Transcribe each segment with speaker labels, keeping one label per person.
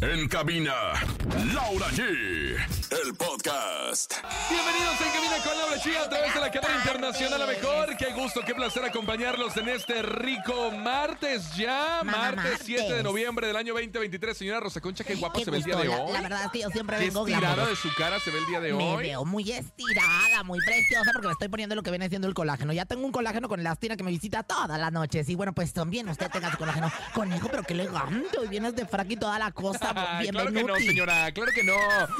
Speaker 1: En cabina, Laura G. El podcast.
Speaker 2: Bienvenidos en Cabina con Laura Chía a través de la cadena internacional La Mejor. Qué gusto, qué placer acompañarlos en este rico martes ya.
Speaker 3: Mamá,
Speaker 2: martes, 7 de
Speaker 3: martes.
Speaker 2: noviembre del año 2023. Señora Rosa Concha, qué guapa
Speaker 3: Qué
Speaker 2: se ve el día
Speaker 3: gusto,
Speaker 2: de
Speaker 3: la-
Speaker 2: hoy.
Speaker 3: La, verdad es que yo siempre
Speaker 2: Qué
Speaker 3: vengo
Speaker 2: estirada de
Speaker 3: glamorosa.
Speaker 2: su cara se ve el día de
Speaker 3: Me
Speaker 2: hoy.
Speaker 3: veo muy estirada, muy preciosa, porque le estoy poniendo lo que viene siendo el colágeno. Ya tengo un colágeno con elastina que me visita todas las noches. Y bueno, pues también usted tenga su colágeno. Conejo, pero qué elegante. Hoy vienes de frac y toda la cosa.
Speaker 2: Ay, Ah, claro
Speaker 3: Bienvenuti.
Speaker 2: que no, señora, claro que no.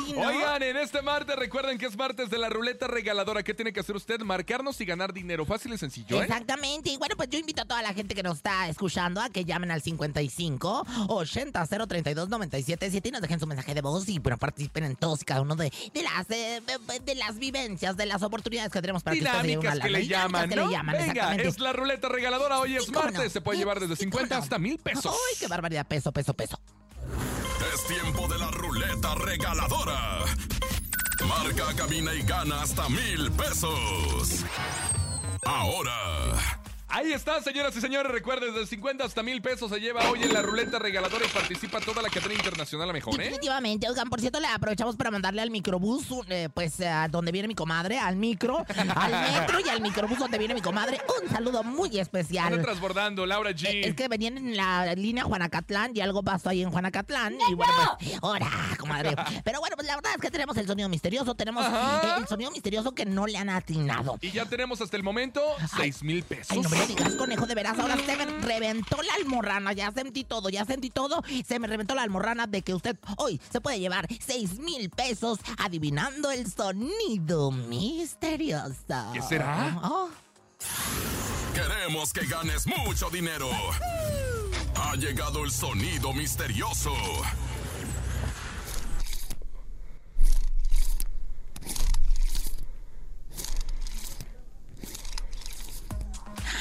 Speaker 3: Sí, ¿no?
Speaker 2: Oigan, en este martes recuerden que es martes de la ruleta regaladora. ¿Qué tiene que hacer usted? Marcarnos y ganar dinero. Fácil y sencillo, ¿eh?
Speaker 3: Exactamente. Y bueno, pues yo invito a toda la gente que nos está escuchando a que llamen al 55 80 032 977 y nos dejen su mensaje de voz y bueno, participen en todos y cada uno de, de las eh, de, de las vivencias, de las oportunidades que tenemos para que usted se lleve
Speaker 2: Dinámicas
Speaker 3: una
Speaker 2: que
Speaker 3: lana.
Speaker 2: le
Speaker 3: Dinámicas
Speaker 2: llaman,
Speaker 3: que
Speaker 2: ¿no?
Speaker 3: le llaman,
Speaker 2: Venga,
Speaker 3: exactamente.
Speaker 2: es la ruleta regaladora. Hoy es
Speaker 3: Sí, cómo no.
Speaker 2: martes. Se puede llevar desde
Speaker 3: Sí, cómo
Speaker 2: 50
Speaker 3: no.
Speaker 2: hasta mil pesos.
Speaker 3: ¡Ay, qué barbaridad! Peso, peso, peso.
Speaker 1: Es tiempo de la ruleta regaladora. Marca, cabina y gana hasta mil pesos. Ahora,
Speaker 2: Ahí está, señoras y señores. Recuerden, desde 50 hasta mil pesos se lleva hoy en la ruleta regaladora y participa toda la cadena internacional a mejor, ¿eh?
Speaker 3: Definitivamente, oigan, por cierto, le aprovechamos para mandarle al microbús, un, eh, pues a donde viene mi comadre, al micro, al metro y al microbús donde viene mi comadre, un saludo muy
Speaker 2: Anda
Speaker 3: especial.
Speaker 2: transbordando, Laura G.
Speaker 3: Eh, Es que venían en la línea Juanacatlán y algo pasó ahí en Juanacatlán. Y bueno, pues, ahora, comadre. Pero bueno, pues la verdad es que tenemos el sonido misterioso, tenemos
Speaker 2: Ajá.
Speaker 3: eh, el sonido misterioso que no le han atinado.
Speaker 2: Y ya tenemos hasta el momento 6 mil pesos.
Speaker 3: Ay, no me lo digas, conejo, de veras, ahora se me reventó la almorrana, ya sentí todo, ya sentí todo, se me reventó la almorrana de que usted hoy se puede llevar seis mil pesos adivinando el sonido misterioso.
Speaker 2: ¿Qué será?
Speaker 3: Oh,
Speaker 1: queremos que ganes mucho dinero. Ha llegado el sonido misterioso.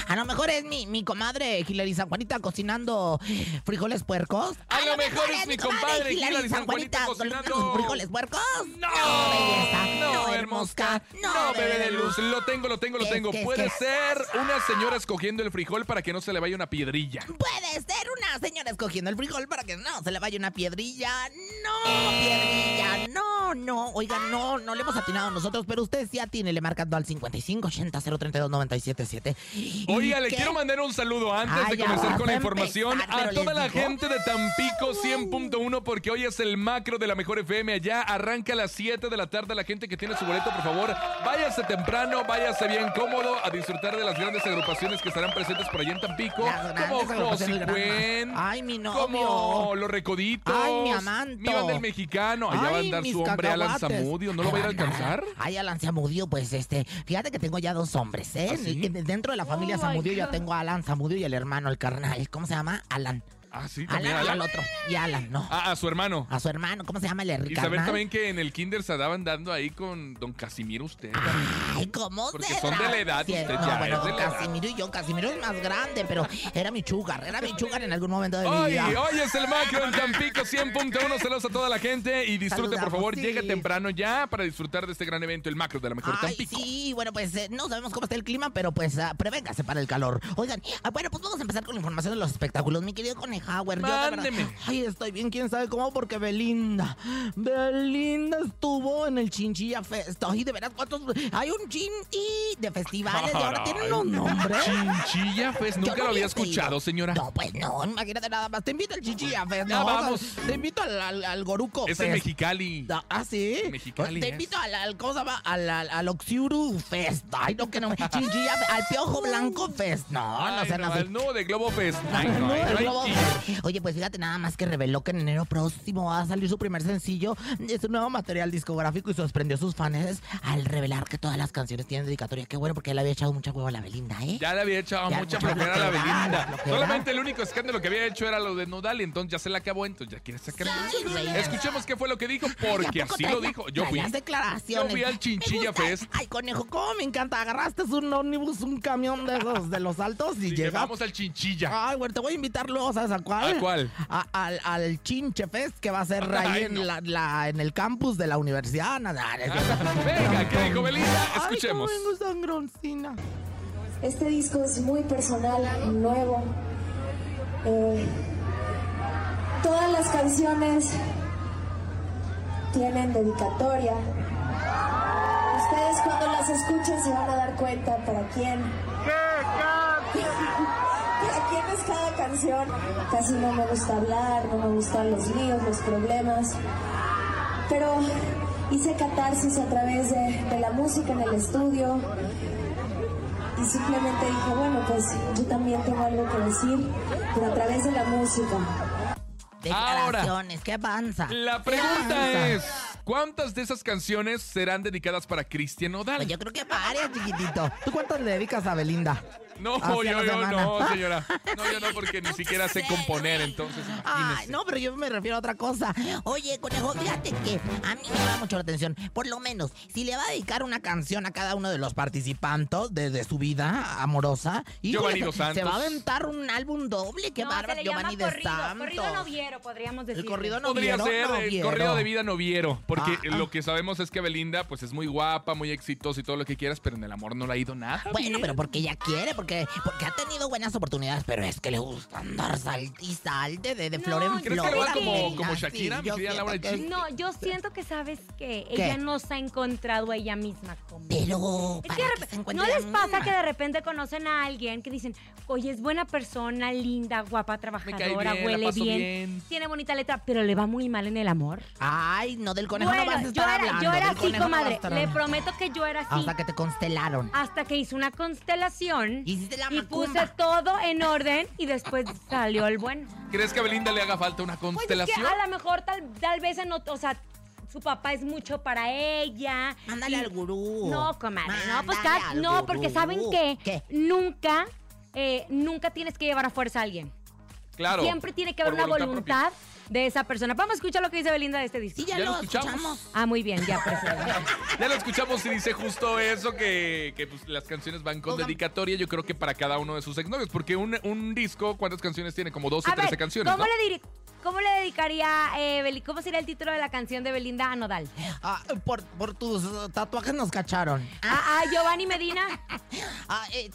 Speaker 3: a lo mejor es mi, mi comadre Hilary San Juanita cocinando frijoles puercos.
Speaker 2: A lo mejor es mi compadre Hilary San Juanita cocinando-
Speaker 3: frijoles puercos.
Speaker 2: No,
Speaker 3: belleza,
Speaker 2: no, hermosca, no, bebé de luz. Lo tengo, lo tengo, lo
Speaker 3: ¿Qué,
Speaker 2: tengo.
Speaker 3: qué,
Speaker 2: Puede
Speaker 3: qué?
Speaker 2: ser una señora escogiendo el frijol para que no se le vaya una piedrilla.
Speaker 3: Puede ser una señora escogiendo el frijol para que no se le vaya una piedrilla. No, piedrilla, no, no. Oiga, no, no le hemos atinado nosotros, pero usted sí atínele marcando al 5580-032-977.
Speaker 2: Oiga, le
Speaker 3: ¿Qué?
Speaker 2: quiero mandar un saludo antes
Speaker 3: Ay,
Speaker 2: de comenzar
Speaker 3: ya
Speaker 2: con la
Speaker 3: va a
Speaker 2: información
Speaker 3: empezar,
Speaker 2: a
Speaker 3: pero
Speaker 2: toda
Speaker 3: les
Speaker 2: la
Speaker 3: digo.
Speaker 2: gente de Tampico 100.1 porque hoy es el macro de la mejor FM allá. Arranca a las 7 de la tarde. La gente que tiene su boleto, por favor, váyase temprano, váyase bien cómodo a disfrutar de las grandes agrupaciones que estarán presentes por allá en Tampico.
Speaker 3: Las grandes
Speaker 2: Como
Speaker 3: agrupaciones,
Speaker 2: José
Speaker 3: grandes.
Speaker 2: Cuen,
Speaker 3: Ay, mi novio.
Speaker 2: Como Los Recoditos.
Speaker 3: Ay, mi amanto.
Speaker 2: Mi banda El mexicano. Allá va a
Speaker 3: Ay,
Speaker 2: andar
Speaker 3: mis
Speaker 2: su hombre Alan
Speaker 3: cacahuates.
Speaker 2: Zamudio. ¿No lo va a ir a alcanzar?
Speaker 3: Ay, Alan Zamudio, pues este, fíjate que tengo ya dos hombres, ¿eh?
Speaker 2: ¿Ah, sí?
Speaker 3: Que Dentro de la familia
Speaker 4: Oh, my
Speaker 3: Zamudio ya
Speaker 4: God.
Speaker 3: tengo a Alan Zamudio y el hermano, el carnal. ¿Cómo se llama? Alan.
Speaker 2: Ah, sí, también
Speaker 3: Alan, y al
Speaker 2: Alan.
Speaker 3: otro. Y Alan, no.
Speaker 2: Ah, a su hermano.
Speaker 3: A su hermano, ¿cómo se llama el
Speaker 2: Y
Speaker 3: hermano?
Speaker 2: saber también que en el kinder se andaban dando ahí con don Casimiro usted. también.
Speaker 3: Ay, ¿cómo
Speaker 2: Porque
Speaker 3: será?
Speaker 2: son de la edad,
Speaker 3: Cierto.
Speaker 2: usted ya
Speaker 3: bueno,
Speaker 2: es de la edad.
Speaker 3: Casimiro y yo, Casimiro es más grande, pero era mi chugar, era mi chugar en algún momento de mi
Speaker 2: Hoy,
Speaker 3: vida.
Speaker 2: hoy es el macro en Tampico 100.1. Saludos a toda la gente y disfrute, por
Speaker 3: Saludamos,
Speaker 2: favor.
Speaker 3: sí.
Speaker 2: Llega temprano ya para disfrutar de este gran evento, el macro de la mejor
Speaker 3: Ay,
Speaker 2: Tampico.
Speaker 3: sí, bueno, pues eh, no sabemos cómo está el clima, pero pues ah, prevéngase para el calor. Oigan, ah, bueno, pues vamos a empezar con la información de los espectáculos. Mi querido Conejauer, yo de verdad-
Speaker 2: Mándeme.
Speaker 3: Ay, estoy bien, quién sabe cómo, porque Belinda, Belinda estuvo en el Chinchilla Fest. Ay, de veras, cuántos... Hay un chinchi de festivales y ahora tienen
Speaker 2: Caray.
Speaker 3: un nombre.
Speaker 2: Chinchilla, pues
Speaker 3: Yo
Speaker 2: nunca
Speaker 3: no
Speaker 2: lo había
Speaker 3: había oído.
Speaker 2: escuchado, señora.
Speaker 3: No, pues no, imagínate nada más. Te invito al chichilla, Fer.
Speaker 2: Ya
Speaker 3: no,
Speaker 2: vamos.
Speaker 3: o sea, Te invito al, al, al Goruco.
Speaker 2: es en
Speaker 3: Fest.
Speaker 2: Mexicali.
Speaker 3: Da- Ah, sí.
Speaker 2: Mexicali
Speaker 3: Te
Speaker 2: es.
Speaker 3: invito al, al ¿cómo se llama? Al, al, al Oxiuru Fest. Ay, no, que no. Chichilla, al Piojo Blanco Fest. No, no
Speaker 2: Ay,
Speaker 3: sean así.
Speaker 2: al nudo de Globo Fest. Ay,
Speaker 3: Ay,
Speaker 2: no,
Speaker 3: no,
Speaker 2: ay,
Speaker 3: el
Speaker 2: ay,
Speaker 3: globo.
Speaker 2: y-
Speaker 3: Oye, pues fíjate nada más que reveló que en enero próximo va a salir su primer sencillo de su nuevo material discográfico y sorprendió a sus fans al revelar que todas las canciones tienen dedicatoria. Qué bueno, porque él había echado mucha hueva a la Belinda, ¿eh?
Speaker 2: Ya le había echado
Speaker 3: Ya,
Speaker 2: mucha
Speaker 3: mucha
Speaker 2: flojera a la
Speaker 3: flojera, la
Speaker 2: Belinda.
Speaker 3: flojera.
Speaker 2: Solamente el único escándalo que había hecho era lo de Nodal y entonces ya se la acabó, entonces ya quiere sacar.
Speaker 3: Sí, güey.
Speaker 2: Escuchemos qué fue lo que dijo,
Speaker 3: ¿Y a
Speaker 2: porque
Speaker 3: poco
Speaker 2: así lo
Speaker 3: traía-
Speaker 2: dijo. Yo fui.
Speaker 3: traías
Speaker 2: Yo
Speaker 3: declaraciones.
Speaker 2: fui al
Speaker 3: Me
Speaker 2: Chinchilla
Speaker 3: gusta.
Speaker 2: Fest.
Speaker 3: Ay, conejo, cómo me encanta. Agarraste un ómnibus, un camión de esos de los altos y,
Speaker 2: Y
Speaker 3: llega.
Speaker 2: Llegamos al chinchilla.
Speaker 3: Ay, güey, te voy a invitar luego, ¿sabes a cuál?
Speaker 2: ¿A cuál?
Speaker 3: A- al, al Chinche Fest que va a ser
Speaker 2: Ay,
Speaker 3: ahí en,
Speaker 2: no.
Speaker 3: la, la- en el campus de la universidad. Nada, no es cierto.
Speaker 2: Venga, ¿qué dijo Belinda?
Speaker 3: Ah. Ay, cómo
Speaker 2: Ah, Escuchemos.
Speaker 3: vengo sangroncina.
Speaker 5: Este disco es muy personal, nuevo. Eh,
Speaker 4: Todas las canciones tienen dedicatoria. Ustedes cuando las escuchen se van a dar cuenta para quién. ¿Para quién es cada canción? Casi no me gusta hablar, no me gustan los líos, los problemas. Pero hice catarsis a través de, de la música en el estudio. Y simplemente dije, bueno, pues yo también tengo algo que decir, pero a través de la música.
Speaker 2: Ahora.
Speaker 3: Declaraciones, ¿qué panza?
Speaker 2: La
Speaker 3: ¿Qué panza?
Speaker 2: pregunta es, ¿cuántas de esas canciones serán dedicadas para Cristian
Speaker 3: Pues
Speaker 2: Odal?
Speaker 3: yo creo que varias, chiquitito. ¿Tú cuántas le dedicas a Belinda?
Speaker 2: No,
Speaker 3: Así a la
Speaker 2: yo, yo
Speaker 3: semana.
Speaker 2: no, señora. No, yo no, porque ni
Speaker 3: No
Speaker 2: siquiera sé
Speaker 3: sé,
Speaker 2: componer,
Speaker 3: güey.
Speaker 2: entonces
Speaker 3: Ah,
Speaker 2: imagínese.
Speaker 3: no, pero yo me refiero a otra cosa. Oye, conejo, fíjate que a mí me llama mucho la atención. Por lo menos, si le va a dedicar una canción a cada uno de los participantes de, de su vida amorosa, y
Speaker 2: Giovanni Dos
Speaker 3: se,
Speaker 2: Santos.
Speaker 3: va a aventar un álbum doble. Qué
Speaker 5: No,
Speaker 3: bárbaro,
Speaker 5: se le llama
Speaker 3: Giovanni de
Speaker 5: corrido,
Speaker 3: Santos.
Speaker 5: corrido noviero, podríamos decir.
Speaker 3: El corrido no
Speaker 2: Podría
Speaker 3: vieron,
Speaker 2: ser
Speaker 3: no
Speaker 2: el
Speaker 3: vieron.
Speaker 2: corrido de vida noviero, porque
Speaker 3: Ah.
Speaker 2: lo que sabemos es que Belinda pues es muy guapa, muy exitosa y todo lo que quieras, pero en el amor no le ha ido nada.
Speaker 3: Bueno, pero porque ella quiere, porque, porque ha tenido buenas oportunidades, pero es que le gusta andar salte y salte de, de
Speaker 5: No,
Speaker 3: flor en
Speaker 5: ¿crees que le
Speaker 3: flor.
Speaker 5: va como-
Speaker 3: Sí,
Speaker 2: como
Speaker 3: sí,
Speaker 2: Shakira, mi
Speaker 3: yo
Speaker 2: querida
Speaker 3: siento
Speaker 2: Laura
Speaker 3: que-
Speaker 2: G?
Speaker 5: No, yo siento que sabes que ella no se ha encontrado a ella misma como.
Speaker 3: Pero
Speaker 5: Es
Speaker 3: para
Speaker 5: que de
Speaker 3: que
Speaker 5: repe-
Speaker 3: se encuentre
Speaker 5: no les
Speaker 3: la
Speaker 5: pasa
Speaker 3: misma.
Speaker 5: que de repente conocen a alguien que dicen, oye, es buena persona, linda, guapa, trabajadora,
Speaker 2: bien, la
Speaker 5: huele
Speaker 2: paso
Speaker 5: bien,
Speaker 2: bien.
Speaker 5: tiene bonita letra, pero le va muy mal en el amor.
Speaker 3: Ay, no, del conejo no
Speaker 5: Bueno,
Speaker 3: vas a
Speaker 5: yo
Speaker 3: estar
Speaker 5: era,
Speaker 3: hablando.
Speaker 5: yo era
Speaker 3: del
Speaker 5: así,
Speaker 3: conejo no vas a
Speaker 5: comadre.
Speaker 3: estar
Speaker 5: Le Ah.
Speaker 3: hablando.
Speaker 5: prometo que yo era así.
Speaker 3: Hasta que te constelaron.
Speaker 5: Hasta que hice una constelación
Speaker 3: Hiciste la
Speaker 5: y
Speaker 3: macumba.
Speaker 5: puse todo en orden y después salió el bueno.
Speaker 2: ¿Crees que a Belinda le haga falta una
Speaker 5: Pues es que
Speaker 2: constelación?
Speaker 5: a lo mejor tal, tal vez en otro, o sea, su papá es mucho para ella.
Speaker 3: Mándale
Speaker 5: y-
Speaker 3: al gurú.
Speaker 5: No, comadre, no, pues
Speaker 3: Mándale
Speaker 5: cada-
Speaker 3: al
Speaker 5: no, porque
Speaker 3: gurú.
Speaker 5: saben que
Speaker 3: ¿Qué?
Speaker 5: nunca, eh, nunca tienes que llevar a fuerza a alguien.
Speaker 2: claro.
Speaker 5: Siempre tiene que haber
Speaker 2: por
Speaker 5: una
Speaker 2: propia.
Speaker 5: voluntad de esa persona. Vamos a escuchar lo que dice Belinda de este disco.
Speaker 3: Sí, ya,
Speaker 2: Ya
Speaker 3: lo
Speaker 2: lo escuchamos.
Speaker 3: escuchamos.
Speaker 5: Ah, muy bien, ya, perfecto.
Speaker 2: Ya lo escuchamos y dice justo eso, que, que, pues, las canciones van con
Speaker 3: Oigan.
Speaker 2: dedicatoria, yo creo que para cada uno de sus exnovios, porque un, un disco, ¿cuántas canciones tiene? Como 12,
Speaker 5: A
Speaker 2: 13
Speaker 5: ver,
Speaker 2: canciones,
Speaker 5: ¿cómo,
Speaker 2: ¿no?
Speaker 5: le diri- ¿Cómo le dedicaría, eh, Beli- cómo sería el título de la canción de Belinda a Nodal?
Speaker 3: Ah, por, por tus eh, tatuajes nos cacharon.
Speaker 5: A, a ah, Giovanni Medina,
Speaker 3: Ah, eh,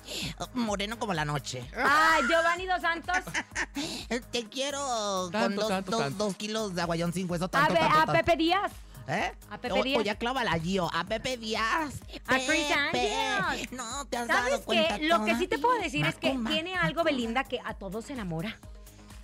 Speaker 3: moreno como la noche.
Speaker 5: a Ah, Giovanni Dos Santos,
Speaker 3: Eh, Te quiero con
Speaker 2: Tanto,
Speaker 3: dos,
Speaker 2: tanto,
Speaker 3: dos-
Speaker 2: tanto.
Speaker 3: dos kilos de aguayón sin hueso.
Speaker 5: a,
Speaker 3: Tanto,
Speaker 5: Be-
Speaker 3: tanto,
Speaker 5: a
Speaker 3: tanto.
Speaker 5: Pepe Díaz.
Speaker 3: ¿Eh?
Speaker 5: A Pepe Díaz.
Speaker 3: O, ya clávala, Gio. A Pepe Díaz.
Speaker 5: A Chris
Speaker 3: Pepe,
Speaker 5: Angel.
Speaker 3: No, te has
Speaker 5: ¿Sabes
Speaker 3: dado cuenta.
Speaker 5: qué? Lo que
Speaker 3: toda?
Speaker 5: sí te puedo decir es que
Speaker 3: Macumba.
Speaker 5: tiene algo Belinda que a todos enamora.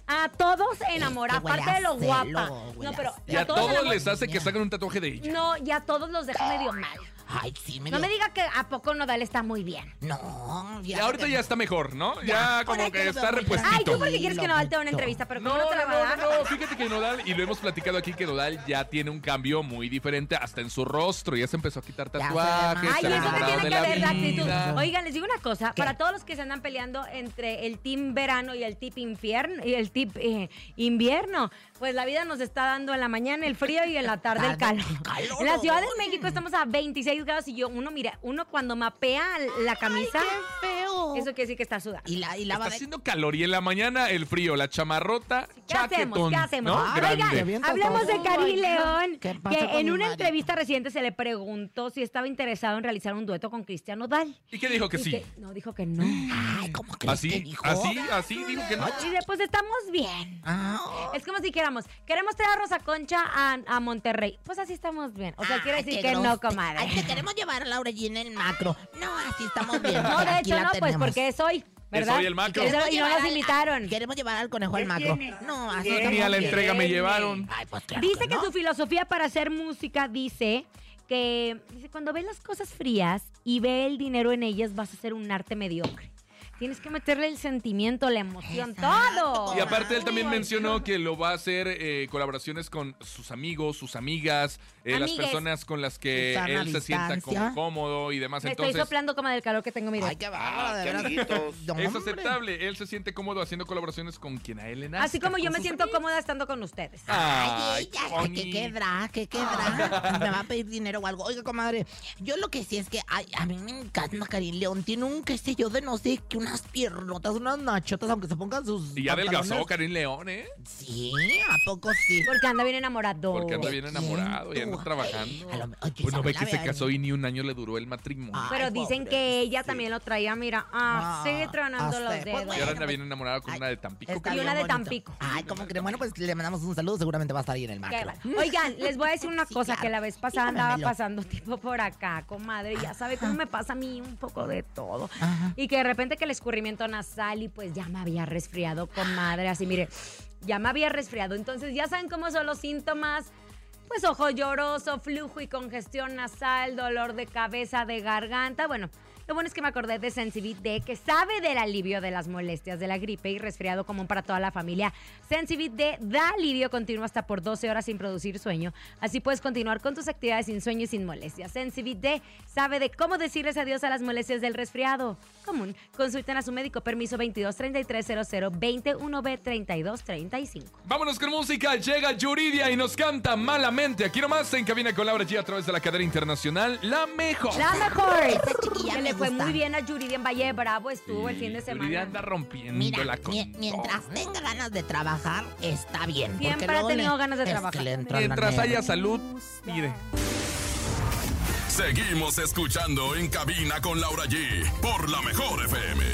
Speaker 5: A todos enamora,
Speaker 3: Es que huele
Speaker 5: aparte de
Speaker 3: a
Speaker 5: lo
Speaker 3: celo,
Speaker 5: guapa.
Speaker 3: huele
Speaker 5: No,
Speaker 3: a
Speaker 5: pero
Speaker 2: Y a
Speaker 5: todos
Speaker 2: todos
Speaker 5: enamora.
Speaker 2: les hace que
Speaker 3: Mira.
Speaker 2: saquen un tatuaje de ella.
Speaker 5: No, y a todos los deja medio mal.
Speaker 3: Ay, sí, me
Speaker 5: No me
Speaker 3: dio-
Speaker 5: diga que a poco Nodal está muy bien.
Speaker 3: No,
Speaker 2: Y
Speaker 3: fíjate
Speaker 2: ahorita
Speaker 3: que
Speaker 2: ya
Speaker 3: no.
Speaker 2: está mejor, ¿no?
Speaker 3: Ya,
Speaker 2: Ya,
Speaker 3: ahora
Speaker 2: como
Speaker 3: ya
Speaker 2: que
Speaker 3: lo
Speaker 2: está
Speaker 3: veo muy claro.
Speaker 5: Ay,
Speaker 2: repuesto.
Speaker 5: ¿tú porque quieres que Nodal te dé una
Speaker 3: Loquito.
Speaker 5: entrevista? Pero
Speaker 2: No,
Speaker 5: ¿cómo no te la va a
Speaker 2: no,
Speaker 5: dar?
Speaker 2: no, no, fíjate que Nodal, y lo hemos platicado aquí, que Nodal ya tiene un cambio muy diferente hasta en su rostro, ya se empezó a quitar
Speaker 3: se ve
Speaker 2: tatuajes,
Speaker 3: más.
Speaker 5: Ay,
Speaker 2: se ha
Speaker 5: eso que
Speaker 2: enamorado
Speaker 5: tiene
Speaker 2: de
Speaker 5: que ver la actitud.
Speaker 2: vida.
Speaker 5: Oigan, les digo una cosa,
Speaker 3: ¿Qué?
Speaker 5: para todos los que se andan peleando entre el team verano y el tip infierno y el tip eh, invierno, pues la vida nos está dando en la mañana el frío y en la tarde el
Speaker 3: Tarde
Speaker 5: calor.
Speaker 3: el calor.
Speaker 5: En la Ciudad de México estamos a 26 grados y yo uno mira, uno cuando mapea la camisa,
Speaker 3: Qué feo.
Speaker 5: eso quiere decir que está sudando.
Speaker 3: Y la, y la
Speaker 2: Está
Speaker 3: va de-
Speaker 2: haciendo calor y en la mañana el frío, la chamarrota,
Speaker 5: ¿Qué hacemos?
Speaker 2: chaquetón.
Speaker 5: ¿Qué hacemos?
Speaker 2: ¿no?
Speaker 3: Ay,
Speaker 2: Grande.
Speaker 3: te avientas
Speaker 5: hablemos
Speaker 3: todo.
Speaker 5: de Cari León,
Speaker 3: ¿Qué
Speaker 5: que
Speaker 3: pasa con
Speaker 5: en
Speaker 3: mi
Speaker 5: una
Speaker 3: marido?
Speaker 5: entrevista reciente se le preguntó si estaba interesado en realizar un dueto con Cristian Odal.
Speaker 2: ¿Y qué dijo que sí?
Speaker 5: no, dijo que no.
Speaker 3: Ay, ¿cómo crees que
Speaker 2: Así,
Speaker 3: dijo?
Speaker 2: así, así dijo que no.
Speaker 5: Y después estamos bien.
Speaker 3: Ah,
Speaker 5: Es como si dijéramos, queremos traer a Rosa Concha a, a Monterrey. Pues así estamos bien. O sea, quiere
Speaker 3: Ah, ay,
Speaker 5: decir
Speaker 3: qué
Speaker 5: que no,
Speaker 3: grosse-
Speaker 5: comadre.
Speaker 3: Ay, te queremos llevar a Laura G en el macro. No, así estamos bien.
Speaker 5: no,
Speaker 3: mira,
Speaker 5: de
Speaker 3: aquí
Speaker 5: hecho,
Speaker 3: la
Speaker 5: no, pues
Speaker 3: tenemos.
Speaker 5: porque es hoy, ¿verdad?
Speaker 2: hoy el macro.
Speaker 5: Es
Speaker 3: Queremos
Speaker 5: hoy, Y no
Speaker 3: llevar
Speaker 5: nos
Speaker 3: al-
Speaker 5: invitaron.
Speaker 3: Queremos llevar al conejo al macro. No, así
Speaker 2: Ni a
Speaker 3: estamos
Speaker 2: la
Speaker 3: bien.
Speaker 2: entrega me llevaron.
Speaker 3: Ay, pues claro
Speaker 5: Dice que
Speaker 3: no.
Speaker 5: su filosofía para hacer música dice que dice, cuando ves las cosas frías y ve el dinero en ellas, vas a hacer un arte mediocre. Tienes que meterle el sentimiento, la emoción,
Speaker 3: Exacto.
Speaker 5: todo.
Speaker 2: Y aparte él también
Speaker 5: Ay,
Speaker 2: mencionó que lo va a hacer eh, colaboraciones con sus amigos, sus amigas, eh, las
Speaker 5: Amigues.
Speaker 2: personas con las que
Speaker 3: Susana
Speaker 2: él se sienta
Speaker 3: distancia.
Speaker 2: como cómodo y demás.
Speaker 5: Me
Speaker 2: Entonces,
Speaker 5: estoy soplando como del calor que tengo, mire.
Speaker 3: Ay, qué bárbaro, de
Speaker 6: qué
Speaker 3: verdad.
Speaker 6: amiguitos.
Speaker 3: No,
Speaker 2: es
Speaker 3: hombre.
Speaker 2: aceptable. Él se siente cómodo haciendo colaboraciones con quien a él le nazca,
Speaker 5: Así como yo
Speaker 2: con
Speaker 5: me
Speaker 2: sus
Speaker 5: siento
Speaker 2: amigos.
Speaker 5: cómoda estando con ustedes.
Speaker 2: Ah,
Speaker 3: Ay,
Speaker 2: Ay,
Speaker 3: ella, ay, que
Speaker 2: Connie.
Speaker 3: quedará, que quedará. Me va a pedir dinero o algo. Oiga, comadre, yo lo que sí es que ay, a mí me encanta Karim León. Tiene un qué sé yo de no sé, que una unas piernotas, unas nachotas, aunque se pongan sus.
Speaker 2: Y ya adelgazó
Speaker 3: pantalones.
Speaker 2: Karim León, ¿eh?
Speaker 3: Sí, ¿a poco sí?
Speaker 5: Porque anda bien enamorado.
Speaker 2: Porque anda
Speaker 3: ¿De
Speaker 2: bien
Speaker 3: quién
Speaker 2: enamorado y
Speaker 3: tú?
Speaker 2: anda trabajando.
Speaker 3: A lo me- oye,
Speaker 2: Pues no ve
Speaker 3: Isabela,
Speaker 2: que se
Speaker 3: vean.
Speaker 2: casó y ni un año le duró el matrimonio.
Speaker 3: Ah,
Speaker 5: Pero
Speaker 3: Ay,
Speaker 5: dicen
Speaker 3: pobre,
Speaker 5: que ella
Speaker 3: sí.
Speaker 5: también lo traía, mira, ah,
Speaker 3: Ah,
Speaker 5: sigue tronando
Speaker 3: hasta-
Speaker 5: los
Speaker 3: pues,
Speaker 2: Y
Speaker 5: dedos.
Speaker 2: ahora
Speaker 3: bueno,
Speaker 2: anda bien enamorada con una de Tampico.
Speaker 3: Está
Speaker 5: Y
Speaker 3: bien
Speaker 5: una de
Speaker 3: bonito.
Speaker 5: Tampico.
Speaker 3: Ay, como que bueno, pues le mandamos un saludo, seguramente va a estar ahí en el
Speaker 5: Qué
Speaker 3: macro.
Speaker 5: bárbaro. Oigan, les voy a decir una
Speaker 3: Sí,
Speaker 5: cosa
Speaker 3: claro.
Speaker 5: que la vez pasada andaba
Speaker 3: Dígamelo.
Speaker 5: pasando tipo por acá, comadre, ya sabe cómo me pasa a mí un poco de todo.
Speaker 3: Ajá.
Speaker 5: Y que de repente que el escurrimiento nasal y pues ya me había resfriado, comadre, así mire, ya me había resfriado. Entonces ya saben cómo son los síntomas. Pues ojo lloroso, flujo y congestión nasal, dolor de cabeza, de garganta. Bueno, lo bueno es que me acordé de Sensibit D, que sabe del alivio de las molestias de la gripe y resfriado común para toda la familia. Sensibit D da alivio continuo hasta por 12 horas sin producir sueño. Así puedes continuar con tus actividades sin sueño y sin molestias. Sensibit D sabe de cómo decirles adiós a las molestias del resfriado común. Consulten a su médico. Permiso 22 33 00 21 b 32 35.
Speaker 2: Vámonos con música. Llega Yuridia y nos canta malamente. Aquí nomás en cabina con Laura G a través de la cadena internacional. La mejor.
Speaker 5: La mejor.
Speaker 3: Esa chiquilla
Speaker 5: Que
Speaker 3: me
Speaker 5: le fue
Speaker 3: gusta.
Speaker 5: muy bien a Yuridia en Valle de Bravo. Estuvo el
Speaker 2: Sí,
Speaker 5: fin de semana.
Speaker 2: Yuridia anda rompiendo
Speaker 3: Mira,
Speaker 2: la
Speaker 3: mie-
Speaker 2: con
Speaker 3: mientras
Speaker 2: todo, ¿eh?
Speaker 3: tenga ganas de trabajar, está bien. porque
Speaker 5: Siempre ha
Speaker 3: luego
Speaker 5: tenido ganas de
Speaker 3: es que
Speaker 5: trabajar.
Speaker 3: le entra la
Speaker 2: Mientras
Speaker 3: nena.
Speaker 2: haya salud, mire.
Speaker 1: Seguimos escuchando en cabina con Laura G por la mejor FM.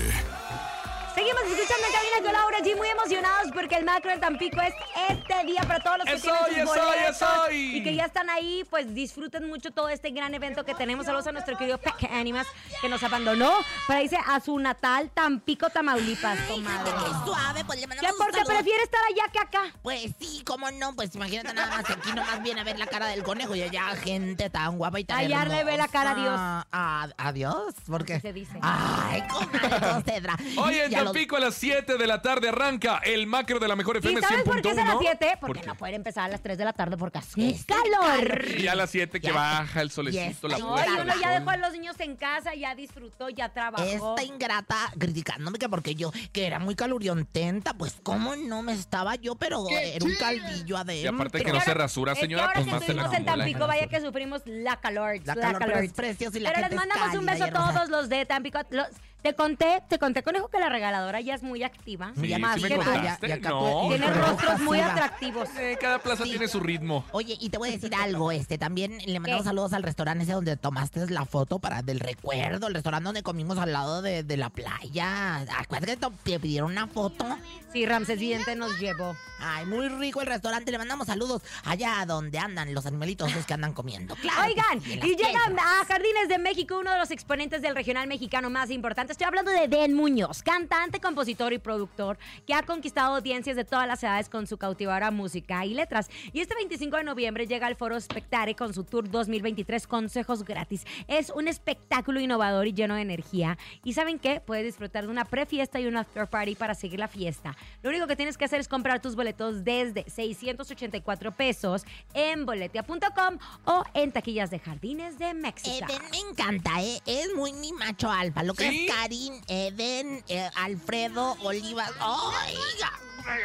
Speaker 5: Seguimos escuchando en cabina con Laura G, muy emocionados porque el macro en Tampico es este día para todos los que
Speaker 2: Es
Speaker 5: tienen
Speaker 2: hoy,
Speaker 5: sus
Speaker 2: es hoy,
Speaker 5: boletos
Speaker 2: es hoy.
Speaker 5: y que ya están ahí, pues disfruten mucho todo este gran evento que tenemos. Saludos a nuestro querido Peque Animas que nos abandonó para irse a su natal Tampico, Tamaulipas,
Speaker 3: Ay,
Speaker 5: comadre.
Speaker 3: gente, qué suave, pues le
Speaker 5: ¿Qué
Speaker 3: mandamos un
Speaker 5: por qué
Speaker 3: saludo.
Speaker 5: prefiere estar allá que acá?
Speaker 3: Pues sí, cómo no, pues imagínate nada más que aquí nomás viene a ver la cara del conejo y allá gente tan guapa y tan
Speaker 5: Allá le ve la cara a Dios.
Speaker 3: a Dios. ¿A Dios? ¿Por qué?
Speaker 5: Así se dice.
Speaker 3: Ay, comadre, todo cedra.
Speaker 2: Hoy en
Speaker 3: Y a los-
Speaker 2: Tampico a las 7 de la tarde arranca el macro de la mejor
Speaker 5: ¿Y
Speaker 2: FM
Speaker 5: sabes por qué es a las
Speaker 2: 100.1.
Speaker 5: 7? Porque
Speaker 2: qué?
Speaker 5: no puede empezar a las 3 de la tarde porque hace
Speaker 3: Es
Speaker 5: calor.
Speaker 2: Y a las 7 que
Speaker 3: Ya.
Speaker 2: baja el solecito,
Speaker 3: Yes.
Speaker 2: la
Speaker 3: No,
Speaker 5: No,
Speaker 2: puesta
Speaker 5: y
Speaker 2: del
Speaker 5: uno ya
Speaker 2: sol.
Speaker 5: dejó a los niños en casa, ya disfrutó, ya trabajó.
Speaker 3: Esta ingrata criticándome que porque yo, que era muy caluriententa, pues cómo no me estaba yo, pero era un caldillo
Speaker 2: Y
Speaker 3: adentro.
Speaker 2: aparte que no se rasura, señora,
Speaker 5: es que
Speaker 2: pues
Speaker 5: ahora
Speaker 2: más
Speaker 5: que
Speaker 2: se la
Speaker 5: estuvimos en
Speaker 2: acumula.
Speaker 5: Tampico, vaya que sufrimos la calor, la,
Speaker 3: La calor, pero
Speaker 5: calor.
Speaker 3: es precioso y la
Speaker 5: Pero les
Speaker 3: gente es
Speaker 5: mandamos un
Speaker 3: cálida
Speaker 5: beso
Speaker 3: y
Speaker 5: a
Speaker 3: hermosa.
Speaker 5: todos los de Tampico. Los- te conté, te conté, conejo, que la regaladora ya es muy activa.
Speaker 2: Sí,
Speaker 3: Ya
Speaker 2: sí
Speaker 3: más
Speaker 2: me
Speaker 3: que vaya,
Speaker 2: contaste,
Speaker 3: ya acá
Speaker 2: no.
Speaker 3: puede-
Speaker 5: Tiene
Speaker 3: Híjole,
Speaker 5: rostros muy
Speaker 3: pasiva.
Speaker 5: atractivos.
Speaker 2: Eh, Cada plaza
Speaker 3: Sí.
Speaker 2: tiene su ritmo.
Speaker 3: Oye, y te voy a decir algo, este, también le mandamos
Speaker 5: ¿Qué?
Speaker 3: saludos al restaurante ese donde tomaste la foto para del recuerdo, el restaurante donde comimos al lado de, de la playa. Acuérdate que to- te pidieron una foto.
Speaker 5: Sí, Ramses Vidente nos llevó.
Speaker 3: Ay, muy rico el restaurante, le mandamos saludos allá donde andan los animalitos esos que andan comiendo. Claro. que
Speaker 5: Oigan,
Speaker 3: sí, en las
Speaker 5: y llegan
Speaker 3: piedras.
Speaker 5: a Jardines de México uno de los exponentes del regional mexicano más importante. Estoy hablando de Den Muñoz, cantante, compositor y productor que ha conquistado audiencias de todas las edades con su cautivadora música y letras. Y este 25 de noviembre llega al foro Spectare con su tour 2023 Consejos Gratis. Es un espectáculo innovador y lleno de energía. ¿Y saben qué? Puedes disfrutar de una prefiesta y una after party para seguir la fiesta. Lo único que tienes que hacer es comprar tus boletos desde 684 pesos en boletia.com o en taquillas de Jardines de México.
Speaker 3: Eden me encanta, ¿eh? Es muy mi macho alfa. Lo que
Speaker 2: ¿Sí?
Speaker 3: es Karin, Eden, eh, Alfredo, Olivas. ¡Oiga!